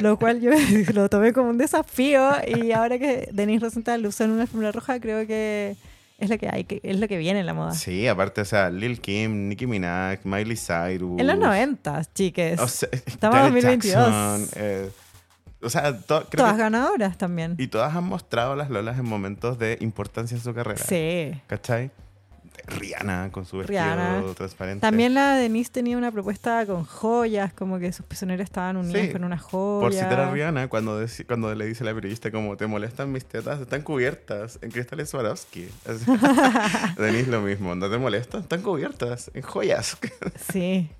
Speaker 2: lo cual yo lo tomé como un desafío y ahora que Denise Rosenthal usa en una alfombra roja, creo que es lo que hay, que es lo que viene en la moda.
Speaker 3: Sí, aparte, o sea, Lil Kim, Nicki Minaj, Miley Cyrus.
Speaker 2: En los 90, chiques.
Speaker 3: O sea,
Speaker 2: Estamos en
Speaker 3: Janet
Speaker 2: 2022.
Speaker 3: Jackson, eh, o sea, to- creo
Speaker 2: Todas
Speaker 3: que-
Speaker 2: ganadoras también.
Speaker 3: y todas han mostrado a las lolas en momentos de importancia en su carrera.
Speaker 2: Sí.
Speaker 3: ¿Cachai? Rihanna con su vestido
Speaker 2: Rihanna.
Speaker 3: transparente.
Speaker 2: También la Denise tenía una propuesta con joyas, como que sus pezoneras estaban unidas
Speaker 3: Sí.
Speaker 2: con una joya.
Speaker 3: Por citar a Rihanna, cuando, deci- cuando le dice a la periodista como te molestan mis tetas, están cubiertas en cristales Swarovski. Así- Denise lo mismo, no te molestan, están cubiertas en joyas.
Speaker 2: Sí.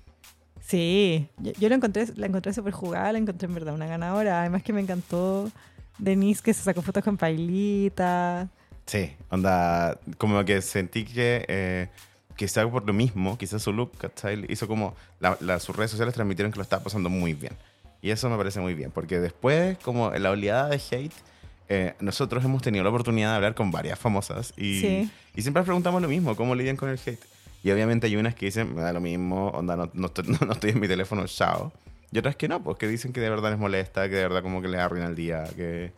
Speaker 2: Sí. Yo, yo la encontré, la encontré súper jugada, la encontré en verdad una ganadora. Además que me encantó Denise que se sacó fotos con Pailita.
Speaker 3: Sí, onda, como que sentí que eh, quizá por lo mismo, quizás su look, ¿cachai? Hizo como, la- la- sus redes sociales transmitieron que lo estaba pasando muy bien. Y eso me parece muy bien, porque después, como en la oleada de hate, eh, nosotros hemos tenido la oportunidad de hablar con varias famosas y,
Speaker 2: Sí.
Speaker 3: y siempre les preguntamos lo mismo, cómo lidian con el hate. Y obviamente hay unas que dicen, me da lo mismo, onda, no, no estoy, no estoy en mi teléfono, chao. Y otras que no, pues que dicen que de verdad les molesta, que de verdad como que les arruina el día, que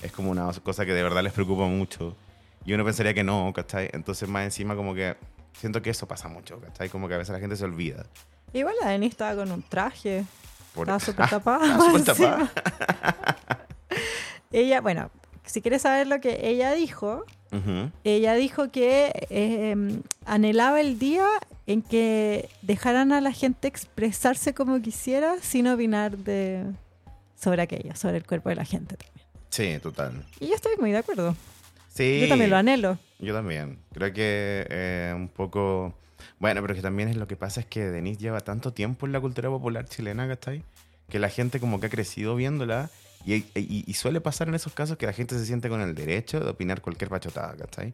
Speaker 3: es como una cosa que de verdad les preocupa mucho. Y uno pensaría que no, ¿cachai? Entonces más encima como que siento que eso pasa mucho, ¿cachai? Como que a veces la gente se olvida.
Speaker 2: Igual la Denise estaba con un traje.
Speaker 3: Por-
Speaker 2: Estaba súper
Speaker 3: Ah,
Speaker 2: tapada.
Speaker 3: estaba súper
Speaker 2: encima.
Speaker 3: tapada.
Speaker 2: Ella, bueno, si quieres saber lo que ella dijo,
Speaker 3: Ujú.
Speaker 2: Ella dijo que eh, anhelaba el día en que dejaran a la gente expresarse como quisiera sin opinar de, sobre aquello, sobre el cuerpo de la gente también.
Speaker 3: Sí, total.
Speaker 2: Y yo estoy muy de acuerdo.
Speaker 3: Sí.
Speaker 2: Yo también lo anhelo.
Speaker 3: Yo también. Creo que eh, un poco... Bueno, pero que también es lo que pasa es que Denise lleva tanto tiempo en la cultura popular chilena, ¿cachai? Que la gente como que ha crecido viéndola y, y- y suele pasar en esos casos que la gente se siente con el derecho de opinar cualquier pachotada, ¿cachai?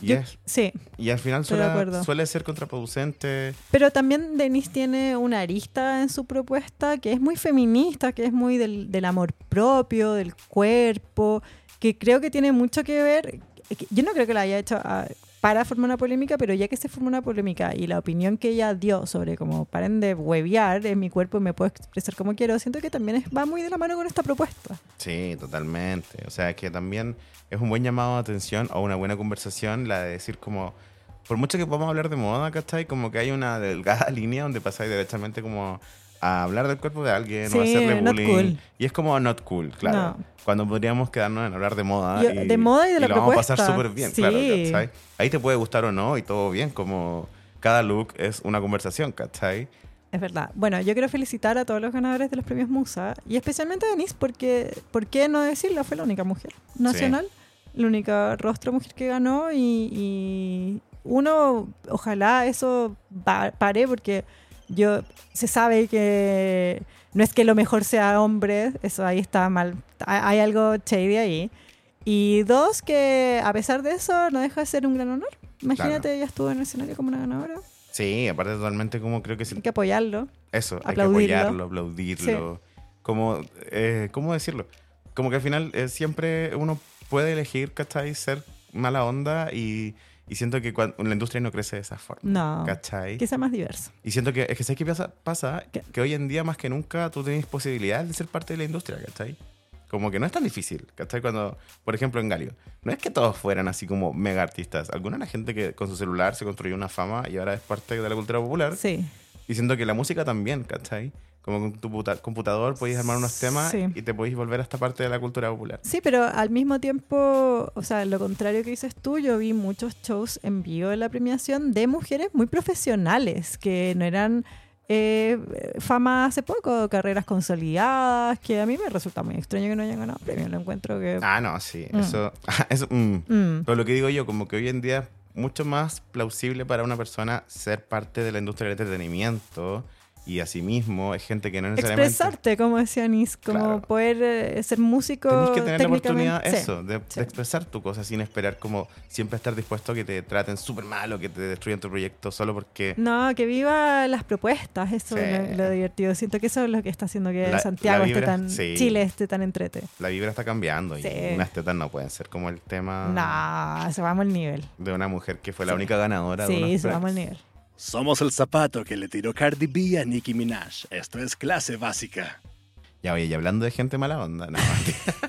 Speaker 3: Y,
Speaker 2: Yo-
Speaker 3: es-
Speaker 2: Sí,
Speaker 3: y al final
Speaker 2: Estoy de
Speaker 3: suele,
Speaker 2: acuerdo.
Speaker 3: suele ser contraproducente.
Speaker 2: pero también Denise tiene una arista en su propuesta que es muy feminista, que es muy del, del amor propio, del cuerpo, que creo que tiene mucho que ver. que Yo no creo que la haya hecho a- para formar una polémica, pero ya que se formó una polémica y la opinión que ella dio sobre como paren de huevear en mi cuerpo y me puedo expresar como quiero, siento que también es- va muy de la mano con esta propuesta.
Speaker 3: Sí, totalmente. O sea, que también es un buen llamado de atención o una buena conversación la de decir como, por mucho que podamos hablar de moda, ¿cachai? Como que hay una delgada línea donde pasáis directamente como a hablar del cuerpo de alguien o
Speaker 2: Sí,
Speaker 3: hacerle
Speaker 2: not
Speaker 3: bullying.
Speaker 2: cool.
Speaker 3: Y es como not cool, claro.
Speaker 2: No.
Speaker 3: Cuando podríamos quedarnos en hablar de moda.
Speaker 2: Yo- de moda y de la
Speaker 3: lo vamos a pasar
Speaker 2: propuesta.
Speaker 3: súper bien,
Speaker 2: Sí.
Speaker 3: claro, ¿cachai? Ahí te puede gustar o no y todo bien, como cada look es una conversación, ¿cachai?
Speaker 2: Es verdad. Bueno, yo quiero felicitar a todos los ganadores de los premios Musa y especialmente a Denise porque, ¿por qué no decirlo? Fue la única mujer nacional, la única rostro mujer que ganó y, y uno, ojalá eso va- pare porque yo se sabe que no es que lo mejor sea hombre, eso ahí está mal, Ha- hay algo shady ahí. Y dos, que a pesar de eso no deja de ser un gran honor. Imagínate,
Speaker 3: Claro.
Speaker 2: ella estuvo en el escenario como una ganadora,
Speaker 3: Sí, aparte totalmente como creo que sí.
Speaker 2: hay que apoyarlo.
Speaker 3: Eso, hay que
Speaker 2: Aplaudirlo.
Speaker 3: apoyarlo, aplaudirlo. Como, eh, ¿Cómo decirlo? Como que al final eh, siempre uno puede elegir, ¿cachai? Ser mala onda y, y siento que cuan- la industria no crece de esa forma.
Speaker 2: No.
Speaker 3: ¿Cachai?
Speaker 2: Que sea más diverso.
Speaker 3: Y siento que, es que ¿sabes qué pasa? pasa?
Speaker 2: ¿Qué?
Speaker 3: Que hoy en día más que nunca tú tienes posibilidad de ser parte de la industria, ¿cachai? Como que no es tan difícil, ¿cachai? Cuando, por ejemplo, en Galio, no es que todos fueran así como mega artistas. Alguna era gente que con su celular se construyó una fama y ahora es parte de la cultura popular.
Speaker 2: Sí.
Speaker 3: Y siento que la música también, ¿cachai? Como con tu puta- computador podéis armar unos temas
Speaker 2: Sí.
Speaker 3: y te podéis volver a esta parte de la cultura popular.
Speaker 2: Sí, pero al mismo tiempo, o sea, lo contrario que dices tú, yo vi muchos shows en vivo de la premiación de mujeres muy profesionales, que no eran eh, fama hace poco, carreras consolidadas, que a mí me resulta muy extraño que no hayan ganado premio, lo encuentro que...
Speaker 3: Ah, no, sí.
Speaker 2: Mm.
Speaker 3: Eso. eso mm.
Speaker 2: Mm,
Speaker 3: Pero lo que digo yo, como que hoy en día es mucho más plausible para una persona ser parte de la industria del entretenimiento y asimismo es gente que no necesariamente.
Speaker 2: Expresarte, como decía Anis, como
Speaker 3: Claro.
Speaker 2: poder eh, ser músico.
Speaker 3: Tenés que tener la
Speaker 2: técnicamente.
Speaker 3: oportunidad,
Speaker 2: Sí.
Speaker 3: eso, de, de
Speaker 2: sí.
Speaker 3: expresar tu cosa sin esperar como siempre estar dispuesto a que te traten súper mal o que te destruyan tu proyecto solo porque
Speaker 2: No, que viva las propuestas, eso
Speaker 3: Sí.
Speaker 2: es lo, lo divertido. Siento que eso es lo que está haciendo que
Speaker 3: La-
Speaker 2: Santiago
Speaker 3: la
Speaker 2: esté
Speaker 3: vibra-
Speaker 2: tan.
Speaker 3: sí.
Speaker 2: Chile esté tan entrete.
Speaker 3: la vibra está cambiando
Speaker 2: Sí.
Speaker 3: y unas tetas no pueden ser como el tema. Ah.
Speaker 2: No, subamos el nivel.
Speaker 3: de una mujer que fue la
Speaker 2: Sí.
Speaker 3: única ganadora de
Speaker 2: Sí,
Speaker 3: unos
Speaker 2: subamos el
Speaker 3: premios.
Speaker 2: nivel.
Speaker 4: Somos el zapato que le tiró Cardi B a Nicki Minaj. Esto es clase básica.
Speaker 3: Ya, oye, y hablando de gente mala onda, no.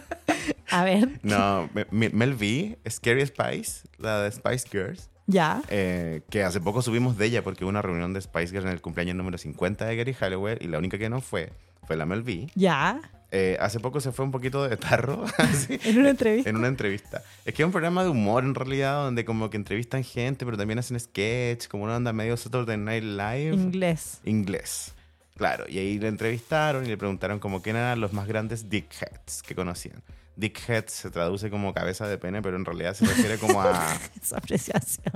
Speaker 2: A ver,
Speaker 3: no Me- Me- Mel B, Scary Spice, la de Spice Girls,
Speaker 2: ya.
Speaker 3: eh, que hace poco subimos de ella porque hubo una reunión de Spice Girls en el cumpleaños número 50 de Gary Halliwell y la única que no fue fue la Mel B.
Speaker 2: Ya.
Speaker 3: Eh, hace poco se fue un poquito de tarro, así,
Speaker 2: En una entrevista.
Speaker 3: en una entrevista. Es que es un programa de humor en realidad donde como que entrevistan gente, pero también hacen sketch, como una onda medio Saturday Night Live.
Speaker 2: Inglés.
Speaker 3: inglés. Claro, y ahí le entrevistaron y le preguntaron como quién eran los más grandes dickheads que conocían. Dickhead se traduce como cabeza de pene, pero en realidad se refiere como a...
Speaker 2: Esa apreciación.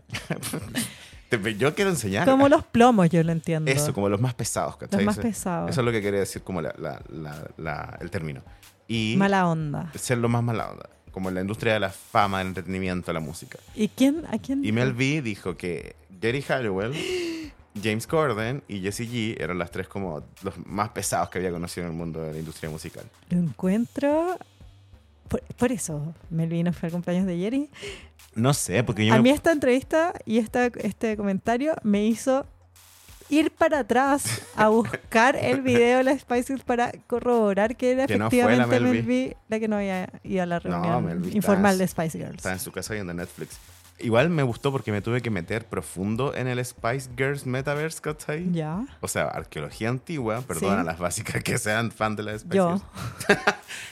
Speaker 3: Te- Yo quiero enseñar
Speaker 2: Como los plomos, yo lo entiendo.
Speaker 3: Ah, eso, como los más pesados, ¿cachai?
Speaker 2: los más
Speaker 3: Eso-
Speaker 2: pesados.
Speaker 3: Eso es lo que quería decir como la- la- la- la- el término. Y
Speaker 2: Mala onda.
Speaker 3: ser lo más mala onda, como en la industria de la fama, del entretenimiento, la música.
Speaker 2: ¿Y quién? ¿A quién?
Speaker 3: Y Mel B dijo que Gary Halliwell, James Corden y Jessie G eran las tres como los más pesados que había conocido en el mundo de la industria musical.
Speaker 2: Lo encuentro. Por, por eso, Melvino fue al cumpleaños de Jerry.
Speaker 3: No sé, porque yo
Speaker 2: A
Speaker 3: me-
Speaker 2: mí esta entrevista y esta, este comentario me hizo ir para atrás a buscar el video de la Spice Girls para corroborar que era
Speaker 3: Que no fue la
Speaker 2: efectivamente
Speaker 3: Mel
Speaker 2: Mel B la que no había ido a la
Speaker 3: No,
Speaker 2: reunión
Speaker 3: Mel B está
Speaker 2: informal
Speaker 3: en-
Speaker 2: de Spice Girls.
Speaker 3: estaba en su casa viendo Netflix. Igual me gustó porque me tuve que meter profundo en el Spice Girls Metaverse, ¿cachai?
Speaker 2: Ya,
Speaker 3: O sea, arqueología antigua, perdona
Speaker 2: Sí.
Speaker 3: las básicas que sean fan de la Spice
Speaker 2: yo.
Speaker 3: Girls.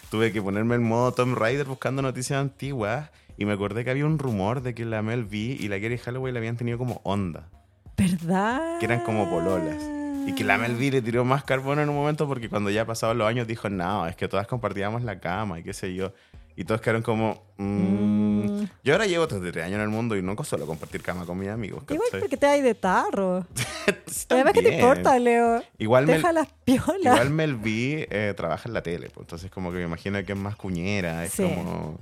Speaker 3: Tuve que ponerme en modo Tom Rider buscando noticias antiguas y me acordé que había un rumor de que la Mel B y la Gary Halliwell habían tenido como onda.
Speaker 2: ¿Verdad?
Speaker 3: que eran como pololas. Y que la Mel B le tiró más carbono en un momento porque cuando ya pasaban los años dijo, no, es que todas compartíamos la cama y qué sé yo. Y todos quedaron como, "Mm".
Speaker 2: Mm.
Speaker 3: yo ahora llevo 33 años en el mundo y no solo compartir cama con mis amigos.
Speaker 2: Igual
Speaker 3: ¿cachai?
Speaker 2: porque te hay de tarro.
Speaker 3: Sí,
Speaker 2: Además que te
Speaker 3: también.
Speaker 2: importa, Leo.
Speaker 3: Igual
Speaker 2: Te
Speaker 3: Mel,
Speaker 2: deja las piolas.
Speaker 3: igual Mel B eh, trabaja en la tele, pues, entonces como que me imagino que es más cuñera, es
Speaker 2: Sí.
Speaker 3: como...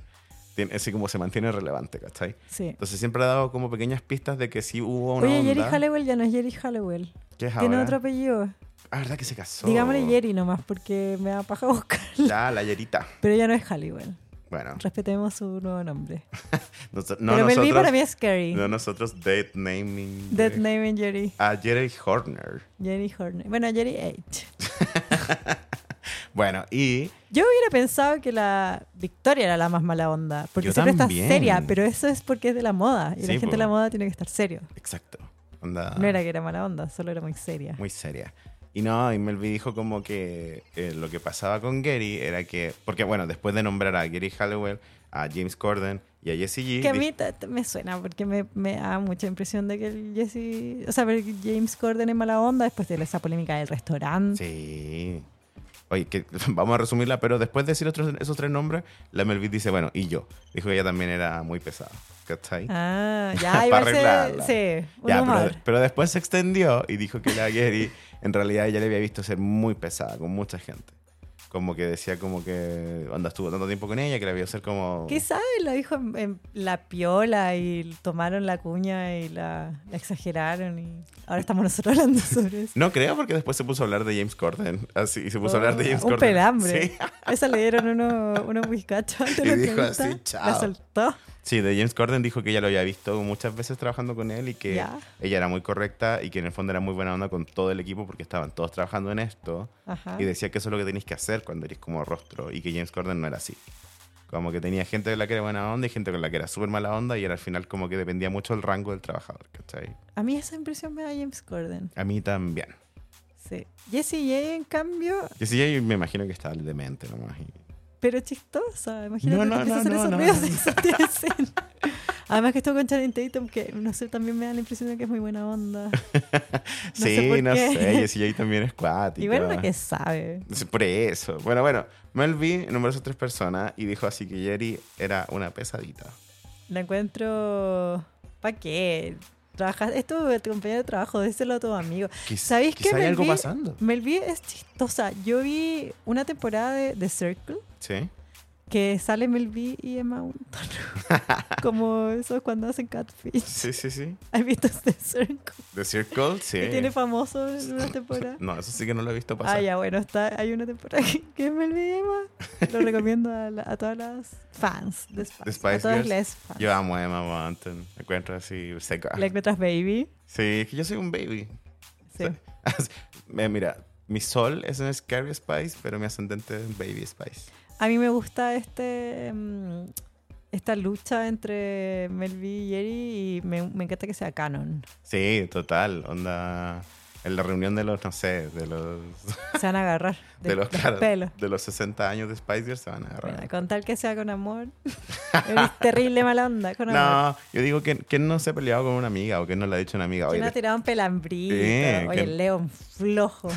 Speaker 3: tiene- Así como se mantiene relevante, ¿cachai?
Speaker 2: Sí.
Speaker 3: Entonces siempre ha dado como pequeñas pistas de que sí hubo una
Speaker 2: Oye,
Speaker 3: onda.
Speaker 2: Jerry Halliwell ya no es Jerry Halliwell.
Speaker 3: ¿Qué es
Speaker 2: Tiene
Speaker 3: ahora? Oh.
Speaker 2: otro apellido.
Speaker 3: Ah, ¿verdad que se casó?
Speaker 2: Digámosle Jerry nomás porque me da paja buscarlo.
Speaker 3: Ya, la Yerita.
Speaker 2: Pero ya no es Halliwell.
Speaker 3: Bueno,
Speaker 2: Respetemos su nuevo nombre.
Speaker 3: noso- no
Speaker 2: Pero Mel B
Speaker 3: nosotros,
Speaker 2: para mí es scary.
Speaker 3: no nosotros, Dead Naming.
Speaker 2: Dead name in Jerry.
Speaker 3: A Jerry Horner.
Speaker 2: Jerry Horner. Bueno, Jerry H.
Speaker 3: Bueno, y
Speaker 2: Yo hubiera pensado que la Victoria era la más mala onda. Porque
Speaker 3: Yo
Speaker 2: siempre
Speaker 3: también.
Speaker 2: está seria, pero eso es porque es de la moda. Y
Speaker 3: Sí,
Speaker 2: la gente
Speaker 3: po. Ah.
Speaker 2: de la moda tiene que estar serio.
Speaker 3: Exacto. Onda
Speaker 2: No era que era mala onda, solo era muy seria.
Speaker 3: muy seria. Y no, y Melvi dijo como que eh, lo que pasaba con Gary era que, porque bueno, después de nombrar a Gary Halliwell, a James Corden y a Jesse G,
Speaker 2: Que a
Speaker 3: di-
Speaker 2: mí ta- ta- me suena porque me, me da mucha impresión de que el Jesse, o sea, pero que James Corden es mala onda después de esa polémica del restaurante.
Speaker 3: Sí. Oye, que, vamos a resumirla, pero después de decir otros, esos tres nombres, la Melvi dice, bueno, y yo. Dijo que ella también era muy pesada. ¿Cachai?
Speaker 2: Ah,
Speaker 3: Pa'
Speaker 2: ya, igual
Speaker 3: arreglarla.
Speaker 2: se, sí, un
Speaker 3: Ya,
Speaker 2: humor.
Speaker 3: pero, pero después se extendió y dijo que la Gary en realidad ella le había visto ser muy pesada con mucha gente. Como que decía como que anda estuvo tanto tiempo con ella que la vio ser como...
Speaker 2: ¿Qué sabe? Lo dijo en, en la piola y tomaron la cuña y la, la exageraron y ahora estamos nosotros hablando sobre eso.
Speaker 3: No creo porque después se puso a hablar de James Corden. Así, y se puso a hablar de James
Speaker 2: Ah, un
Speaker 3: Corden.
Speaker 2: pelambre.
Speaker 3: Sí.
Speaker 2: Esa le dieron uno- unos bizcachos antes de
Speaker 3: Y
Speaker 2: la
Speaker 3: dijo
Speaker 2: entrevista.
Speaker 3: así,
Speaker 2: La
Speaker 3: "Chao".
Speaker 2: soltó.
Speaker 3: Sí, de James Corden dijo que ella lo había visto muchas veces trabajando con él y que
Speaker 2: Ya.
Speaker 3: ella era muy correcta y que en el fondo era muy buena onda con todo el equipo porque estaban todos trabajando en esto.
Speaker 2: Ajá.
Speaker 3: Y decía que eso es lo que tenéis que hacer cuando eres como rostro y que James Corden no era así. Como que tenía gente con la que era buena onda y gente con la que era súper mala onda y era al final como que dependía mucho el rango del trabajador, ¿cachai?
Speaker 2: A mí esa impresión me da James Corden.
Speaker 3: A mí también.
Speaker 2: Sí. Jessie J, en cambio,
Speaker 3: Y sí, yo me imagino que estaba demente nomás. y-
Speaker 2: pero chistosa. Imagínate
Speaker 3: No, no,
Speaker 2: que empieza a
Speaker 3: no,
Speaker 2: hacer
Speaker 3: no,
Speaker 2: esos
Speaker 3: no,
Speaker 2: ruidos
Speaker 3: no.
Speaker 2: y se te hacen. Además que estoy con Channing Tatum, que no sé, también me da la impresión de que es muy buena onda. sé
Speaker 3: sí,
Speaker 2: por
Speaker 3: no
Speaker 2: qué.
Speaker 3: sé. Y sí, ahí también es cuático.
Speaker 2: Igual bueno, que sabe.
Speaker 3: Sí, Por eso. Bueno, bueno. Mel B nombró a esas tres personas y dijo así que Jerry era una pesadita.
Speaker 2: La encuentro. ¿Para qué? Trabajas, es tu tu compañero de trabajo, déselo a tu amigo.
Speaker 3: Quiz-
Speaker 2: ¿Sabéis qué,
Speaker 3: quizá hay
Speaker 2: Mel
Speaker 3: algo
Speaker 2: B?
Speaker 3: pasando.
Speaker 2: Melvi es chistosa. Yo vi una temporada de The Circle
Speaker 3: Sí.
Speaker 2: que sale Melvi y Emma Unton. Como eso cuando hacen catfish.
Speaker 3: Sí, sí, sí.
Speaker 2: ¿Has visto The Circle?
Speaker 3: The Circle, sí.
Speaker 2: Que tiene famoso en una temporada.
Speaker 3: No, eso sí que no lo he visto pasar.
Speaker 2: Ah, ya, bueno, está, hay una temporada que, que es Melvi y Emma. Lo recomiendo a, la- a todas las fans de Spice.
Speaker 3: The Spice
Speaker 2: a todas
Speaker 3: Girls.
Speaker 2: las fans.
Speaker 3: Yo amo a Emma Mountain. Me encuentro así seca.
Speaker 2: La encuentras baby.
Speaker 3: Sí, es que yo soy un baby.
Speaker 2: Sí.
Speaker 3: Eh, Mira, mi sol es un Scary Spice, pero mi ascendente es Baby Spice.
Speaker 2: A mí me gusta este mm, esta lucha entre Melvi y Jerry y me, me encanta que sea canon.
Speaker 3: Sí, total. Onda. En la reunión de los, no sé, de los.
Speaker 2: Se van a agarrar de,
Speaker 3: De, los, claro,
Speaker 2: pelos.
Speaker 3: de los 60 años de Spice Girls se van a agarrar.
Speaker 2: Bueno, con tal que sea con amor. Eres terrible mala onda con amor.
Speaker 3: No, yo digo que, que no se ha peleado con una amiga o que no le ha dicho una amiga.
Speaker 2: Que
Speaker 3: Oye,
Speaker 2: no ha
Speaker 3: te-
Speaker 2: tirado un pelambrito.
Speaker 3: Sí,
Speaker 2: Oye,
Speaker 3: que-
Speaker 2: el león flojo.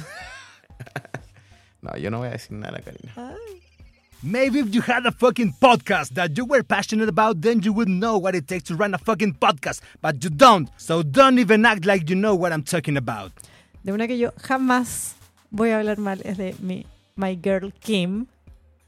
Speaker 3: no, yo no voy a decir nada, Karina.
Speaker 2: Ay,
Speaker 4: Maybe if you had a fucking podcast that you were passionate about, then you would know what it takes to run a fucking podcast, but you don't, so don't even act like you know what I'm talking about.
Speaker 2: De una que yo jamás voy a hablar mal es de mi My Girl Kim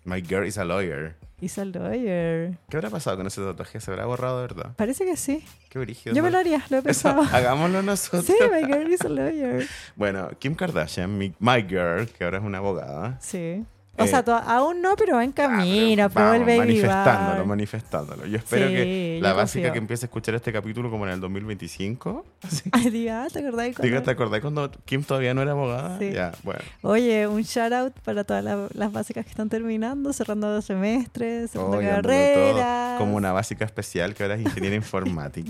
Speaker 3: My girl is a lawyer.
Speaker 2: y Saldoyer.
Speaker 3: ¿Qué habrá pasado con ese tatuaje? ¿Se habrá borrado de verdad?
Speaker 2: Parece que sí.
Speaker 3: Qué brígido.
Speaker 2: Yo
Speaker 3: ¿no?
Speaker 2: me lo haría, lo he
Speaker 3: Eso,
Speaker 2: pensado.
Speaker 3: hagámoslo nosotros.
Speaker 2: Sí, My Girl is a Lawyer.
Speaker 3: Bueno, Kim Kardashian, mi- my girl, que ahora es una abogada.
Speaker 2: Sí. O
Speaker 3: Eh,
Speaker 2: sea, to- aún no, pero va en camino,
Speaker 3: Ah, pero
Speaker 2: probó el
Speaker 3: vamos,
Speaker 2: baby
Speaker 3: Manifestándolo,
Speaker 2: bar.
Speaker 3: manifestándolo. Yo espero
Speaker 2: Sí,
Speaker 3: que la
Speaker 2: yo
Speaker 3: básica
Speaker 2: confío.
Speaker 3: que empiece a escuchar este capítulo como en el 2025. así.
Speaker 2: Ay, diga, ¿te acordás? de cuando-
Speaker 3: Diga, ¿te acordás cuando Kim todavía no era abogada?
Speaker 2: Sí.
Speaker 3: Ya, bueno.
Speaker 2: Oye, un shout out para todas la- las básicas que están terminando, cerrando los semestres, cerrando
Speaker 3: Hoy dándolo
Speaker 2: carreras.
Speaker 3: todo como una básica especial que ahora es ingeniera informática.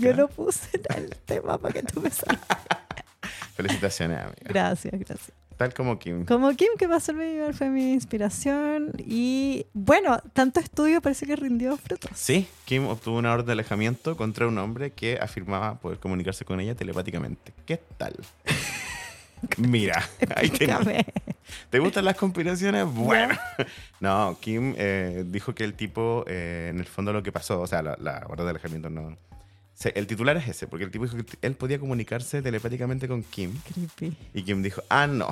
Speaker 2: Yo lo puse en el tema para que tú me salgas.
Speaker 3: Felicitaciones, amiga.
Speaker 2: Gracias, gracias.
Speaker 3: Tal como Kim.
Speaker 2: Como Kim, que pasó el baby bar, fue mi inspiración. Y bueno, tanto estudio parece que rindió frutos.
Speaker 3: Sí, Kim obtuvo una orden de alejamiento contra un hombre que afirmaba poder comunicarse con ella telepáticamente. ¿Qué tal? Mira, ahí tenemos.
Speaker 2: Explícame.
Speaker 3: ¿Te gustan las conspiraciones? Bueno. No, Kim eh, dijo que el tipo, eh, en el fondo lo que pasó, o sea, la, la orden de alejamiento no... se- el titular es ese, porque el tipo dijo que él podía comunicarse telepáticamente con Kim.
Speaker 2: Creepy.
Speaker 3: Y Kim dijo, ah, no.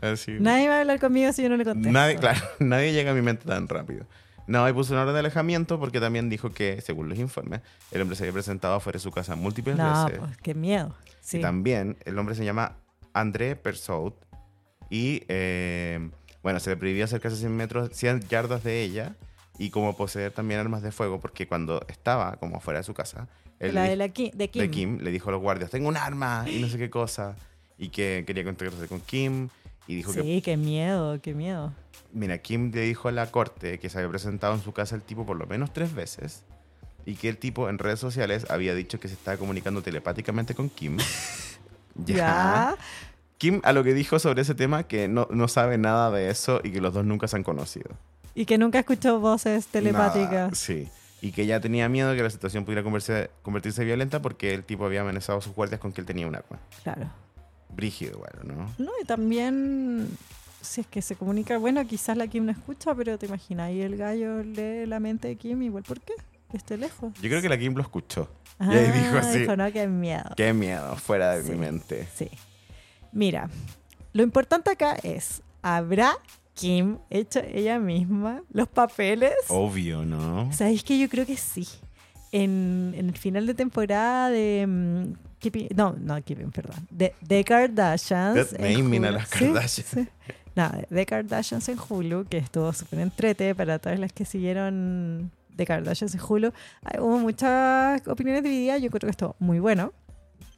Speaker 3: Así,
Speaker 2: Nadie va a hablar conmigo si yo no le contesto.
Speaker 3: nadie, claro, nadie llega a mi mente tan rápido. No, y puso una orden de alejamiento porque también dijo que, según los informes, el hombre se había presentado fuera de su casa múltiples
Speaker 2: No,
Speaker 3: veces.
Speaker 2: pues qué miedo. Sí.
Speaker 3: Y también el hombre se llama André Persaud. Y eh, bueno, se le prohibió acercarse a 100 metros, 100 yardas de ella. y como poseer también armas de fuego, porque cuando estaba como fuera de su casa, él
Speaker 2: la
Speaker 3: le
Speaker 2: de,
Speaker 3: dijo-
Speaker 2: la Ki- de Kim.
Speaker 3: de Kim, le dijo a los guardias, tengo un arma y no sé qué cosa, y que quería contactarse con Kim, y dijo que,
Speaker 2: Sí, qué miedo, qué miedo.
Speaker 3: mira, Kim le dijo a la corte que se había presentado en su casa el tipo por lo menos tres veces, y que el tipo en redes sociales había dicho que se estaba comunicando telepáticamente con Kim.
Speaker 2: Ya.
Speaker 3: Kim a lo que dijo sobre ese tema que no, no sabe nada de eso y que los dos nunca se han conocido.
Speaker 2: Y que nunca escuchó voces
Speaker 3: Nada,
Speaker 2: telepáticas.
Speaker 3: sí. Y que ella tenía miedo de que la situación pudiera converse- convertirse violenta porque el tipo había amenazado a sus guardias con que él tenía un arma.
Speaker 2: Claro.
Speaker 3: Brígido, bueno, ¿no?
Speaker 2: No, y también, si es que se comunica, bueno, quizás la Kim no escucha, pero te imaginas, y el gallo lee la mente de Kim, igual, ¿por qué? Que esté lejos.
Speaker 3: Yo creo que la Kim lo escuchó. Y ahí dijo
Speaker 2: Ah,
Speaker 3: así,
Speaker 2: dijo, no, qué miedo.
Speaker 3: qué miedo, fuera de
Speaker 2: Sí.
Speaker 3: mi mente.
Speaker 2: Sí. Mira, lo importante acá es, ¿habrá Kim hecho ella misma los papeles?
Speaker 3: Obvio, ¿no?
Speaker 2: ¿Sabéis que yo creo que sí? En, en el final de temporada de... mm, Keeping- no, no, Keeping, perdón. De, de Kardashians.
Speaker 3: That
Speaker 2: en
Speaker 3: naming a
Speaker 2: Hulu.
Speaker 3: las
Speaker 2: Sí,
Speaker 3: Kardashians.
Speaker 2: sí. No, de Kardashians en Hulu, que estuvo súper entrete para todas las que siguieron de Kardashians en Hulu. Ay, Hubo muchas opiniones divididas, yo creo que estuvo muy bueno.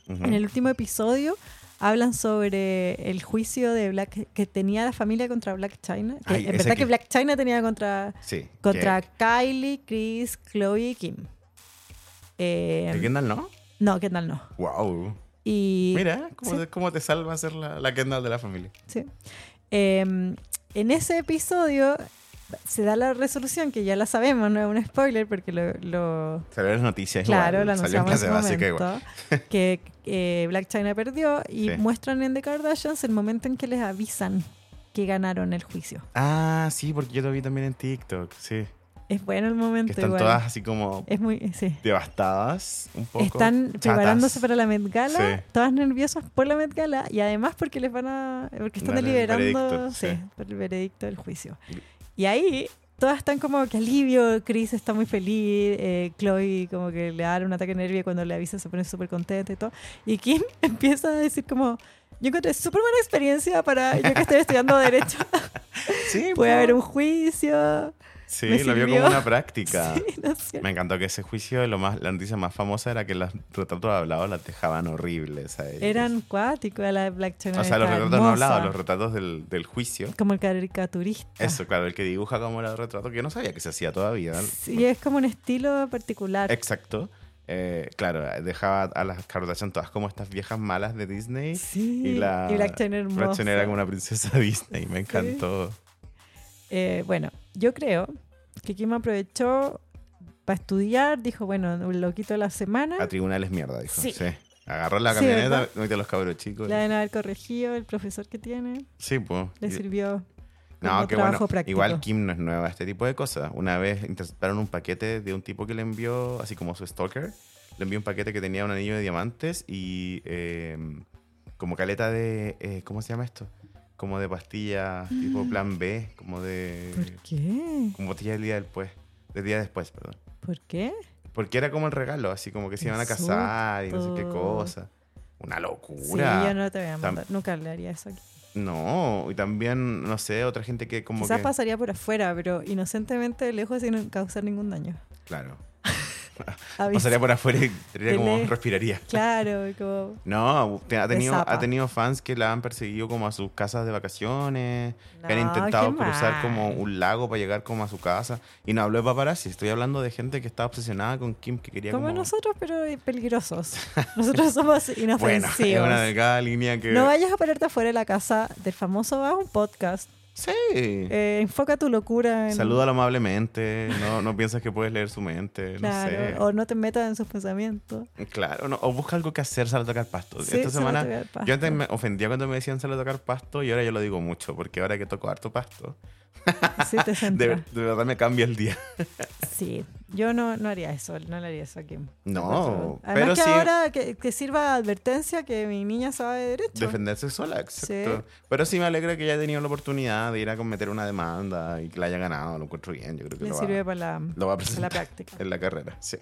Speaker 3: Ujú.
Speaker 2: En el último episodio hablan sobre el juicio de Black que tenía la familia contra Black China. Que
Speaker 3: Ay,
Speaker 2: en
Speaker 3: ese
Speaker 2: verdad
Speaker 3: que-
Speaker 2: que Black China tenía contra
Speaker 3: Sí.
Speaker 2: contra
Speaker 3: que-
Speaker 2: Kylie, Chris, Chloe y Kim. Eh,
Speaker 3: ¿De Kendall no?
Speaker 2: no, Kendall no.
Speaker 3: Wow.
Speaker 2: Y
Speaker 3: Mira, cómo,
Speaker 2: sí.
Speaker 3: te, cómo te salva ser la, la Kendall de la familia.
Speaker 2: sí. Eh, en ese episodio se da la resolución, que ya la sabemos, no es un spoiler porque lo- lo,
Speaker 3: Salió en las noticias
Speaker 2: Claro,
Speaker 3: igual,
Speaker 2: lo
Speaker 3: salió en
Speaker 2: anunciamos en
Speaker 3: clase
Speaker 2: ese
Speaker 3: básica igual.
Speaker 2: momento, que eh, Black China perdió y
Speaker 3: Sí.
Speaker 2: muestran en The Kardashians el momento en que les avisan que ganaron el juicio.
Speaker 3: Ah, sí, porque yo lo vi también en TikTok, sí.
Speaker 2: Es bueno el
Speaker 3: Que
Speaker 2: momento
Speaker 3: están
Speaker 2: igual.
Speaker 3: todas así como
Speaker 2: Es muy sí.
Speaker 3: devastadas un poco.
Speaker 2: Están
Speaker 3: chatas.
Speaker 2: preparándose para la Met Gala,
Speaker 3: Sí.
Speaker 2: todas nerviosas por la Met Gala y además porque les van a porque están
Speaker 3: Van el
Speaker 2: deliberando
Speaker 3: veredicto,
Speaker 2: sí,
Speaker 3: sí.
Speaker 2: por el veredicto del juicio. Y ahí todas están como que alivio, Chris está muy feliz, eh, Chloe como que le da un ataque nervio y cuando le avisa se pone súper contenta y todo. Y Kim empieza a decir como yo encontré súper buena experiencia para yo que estoy estudiando derecho.
Speaker 3: Sí,
Speaker 2: Puede haber
Speaker 3: po.
Speaker 2: un juicio.
Speaker 3: Sí,
Speaker 2: me
Speaker 3: lo vio
Speaker 2: sirvió.
Speaker 3: como una práctica.
Speaker 2: Sí, no es cierto.
Speaker 3: Me encantó que ese juicio, lo más, la noticia más famosa era que los retratos hablados las dejaban horribles a ellos.
Speaker 2: Eran cuáticos a la de Black China.
Speaker 3: O sea, los
Speaker 2: era
Speaker 3: retratos no
Speaker 2: hermosa.
Speaker 3: hablados, los retratos del, del juicio.
Speaker 2: Como el caricaturista.
Speaker 3: Eso, claro, el que dibuja como era el retrato, que yo no sabía que se hacía todavía.
Speaker 2: Sí, es como un estilo particular.
Speaker 3: Exacto. Eh, claro, dejaba a las Kardashian todas como estas viejas malas de Disney.
Speaker 2: Sí,
Speaker 3: Y la
Speaker 2: y Black China hermosa.
Speaker 3: Black China era como una princesa Disney, me encantó.
Speaker 2: Eh, bueno, yo creo que Kim aprovechó para estudiar, dijo, bueno, un loquito de la semana.
Speaker 3: A tribunales mierda, dijo. Sí.
Speaker 2: Sí.
Speaker 3: Agarró la
Speaker 2: Sí,
Speaker 3: camioneta,
Speaker 2: ¿verdad?
Speaker 3: metió a los cabros chicos.
Speaker 2: La deben haber corregido, el profesor que tiene,
Speaker 3: Sí, pues.
Speaker 2: le sirvió.
Speaker 3: No,
Speaker 2: como
Speaker 3: qué
Speaker 2: trabajo
Speaker 3: bueno.
Speaker 2: práctico.
Speaker 3: Igual Kim no es nueva a este tipo de cosas. Una vez interceptaron un paquete de un tipo que le envió, así como su stalker, le envió un paquete que tenía un anillo de diamantes y eh, como caleta de... eh, ¿Cómo se llama esto? Como de pastillas tipo plan B, como de...
Speaker 2: ¿Por qué?
Speaker 3: Como pastillas del día después. Del día después, perdón.
Speaker 2: ¿Por qué?
Speaker 3: Porque era como el regalo, así como que se iban a
Speaker 2: Qué
Speaker 3: casar y no sé qué
Speaker 2: susto.
Speaker 3: cosa. Una
Speaker 2: Sí,
Speaker 3: locura.
Speaker 2: yo no te voy a mandar,
Speaker 3: Tam-
Speaker 2: nunca le haría eso. aquí.
Speaker 3: No, y también, no sé, otra gente que como
Speaker 2: Quizás
Speaker 3: que...
Speaker 2: pasaría por afuera, pero inocentemente de lejos sin causar ningún daño.
Speaker 3: Claro.
Speaker 2: Aviso.
Speaker 3: Pasaría por afuera y
Speaker 2: De
Speaker 3: tendría como
Speaker 2: ley.
Speaker 3: respiraría.
Speaker 2: Claro, como
Speaker 3: No, te- ha tenido,
Speaker 2: zapa.
Speaker 3: ha tenido fans que la han perseguido como a sus casas de vacaciones, que han
Speaker 2: No,
Speaker 3: intentado
Speaker 2: qué
Speaker 3: cruzar como
Speaker 2: mal.
Speaker 3: un lago para llegar como a su casa. Y no hablo de paparazzi, estoy hablando de gente que estaba obsesionada con Kim, que quería
Speaker 2: Como
Speaker 3: como...
Speaker 2: nosotros, pero peligrosos. Nosotros somos
Speaker 3: bueno,
Speaker 2: inofensivos.
Speaker 3: es una delgada línea que...
Speaker 2: No vayas a pararte afuera de la casa del famoso Haz un podcast.
Speaker 3: Sí.
Speaker 2: Eh, enfoca tu locura en.
Speaker 3: Salúdalo amablemente, no, no piensas que puedes leer su mente,
Speaker 2: Claro,
Speaker 3: no
Speaker 2: O no te metas en sus pensamientos.
Speaker 3: sé. Claro, no, o busca algo que hacer, sal a tocar pasto.
Speaker 2: Sí, sal
Speaker 3: Esta
Speaker 2: a
Speaker 3: semana
Speaker 2: tocar pasto.
Speaker 3: yo antes me ofendía cuando me decían sal a tocar pasto y ahora yo lo digo mucho, porque ahora que toco harto pasto,
Speaker 2: Sí, te
Speaker 3: de,
Speaker 2: centra.
Speaker 3: de verdad me cambia el día.
Speaker 2: Sí. Yo no, no haría eso, no le haría eso a Kim.
Speaker 3: No,
Speaker 2: Además
Speaker 3: pero
Speaker 2: que
Speaker 3: sí
Speaker 2: ahora que, que sirva de advertencia que mi niña sabe de derecho.
Speaker 3: defenderse sola, exacto. Pero sí me alegra que haya tenido la oportunidad de ir a cometer una demanda y que la haya ganado, lo encuentro bien, yo creo que
Speaker 2: le
Speaker 3: lo
Speaker 2: sirve
Speaker 3: va,
Speaker 2: para la,
Speaker 3: lo va
Speaker 2: para la
Speaker 3: a presentar
Speaker 2: práctica.
Speaker 3: en la carrera, sí.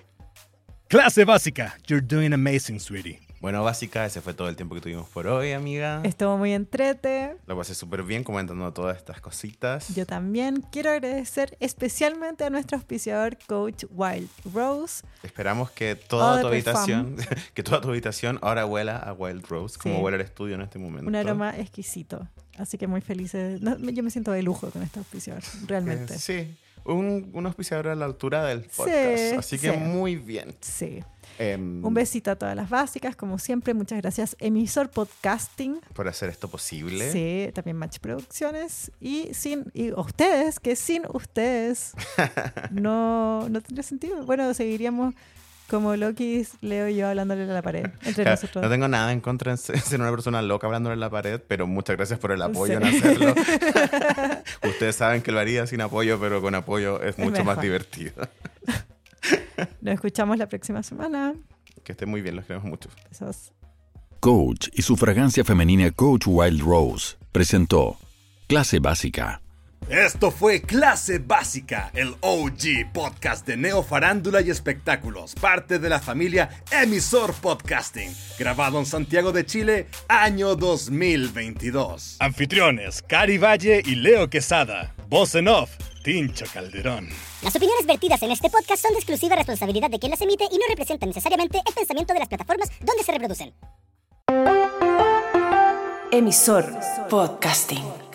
Speaker 4: Clase básica. You're doing amazing, sweetie.
Speaker 3: Bueno, básica, ese fue todo el tiempo que tuvimos por hoy, amiga.
Speaker 2: Estuvo muy entrete.
Speaker 3: Lo pasé súper bien comentando todas estas cositas.
Speaker 2: Yo también quiero agradecer especialmente a nuestro auspiciador Coach Wild Rose.
Speaker 3: Esperamos que toda
Speaker 2: Other
Speaker 3: tu habitación, que toda tu habitación ahora huela a Wild Rose, como
Speaker 2: Sí.
Speaker 3: huele el estudio en este momento.
Speaker 2: Un aroma exquisito. Así que muy felices. No, me- yo me siento de lujo con este auspiciador,
Speaker 3: Eh,
Speaker 2: realmente.
Speaker 3: Sí, un, un auspiciador a la altura del
Speaker 2: Sí,
Speaker 3: podcast. Así que
Speaker 2: sí.
Speaker 3: muy bien.
Speaker 2: Sí.
Speaker 3: Em,
Speaker 2: Un besito a todas las básicas, como siempre. Muchas gracias, Emisor Podcasting.
Speaker 3: Por hacer esto posible.
Speaker 2: Sí, también Match Producciones. Y sin y a ustedes, que sin ustedes no, no tendría sentido. Bueno, seguiríamos como Loki, Leo y yo hablándole a la pared entre
Speaker 3: Claro,
Speaker 2: nosotros.
Speaker 3: No tengo nada en contra de ser una persona loca hablándole en la pared, pero muchas gracias por el apoyo
Speaker 2: Sí.
Speaker 3: en hacerlo. Ustedes saben que lo haría sin apoyo, pero con apoyo
Speaker 2: Es
Speaker 3: es mucho más
Speaker 2: mejor.
Speaker 3: divertido.
Speaker 2: Nos escuchamos la próxima semana.
Speaker 3: Que estén muy bien, los queremos mucho.
Speaker 2: Besos.
Speaker 5: Coach y su fragancia femenina Coach Wild Rose presentó Clase Básica.
Speaker 6: Esto fue Clase Básica, el OG podcast de Neo Farándula y Espectáculos, parte de la familia Emisor Podcasting, grabado en Santiago de Chile, año 2022.
Speaker 7: Anfitriones, Cari Valle y Leo Quesada. Voz en off, Tincho Calderón.
Speaker 8: Las opiniones vertidas en este podcast son de exclusiva responsabilidad de quien las emite y no representan necesariamente el pensamiento de las plataformas donde se reproducen.
Speaker 1: Emisor Podcasting.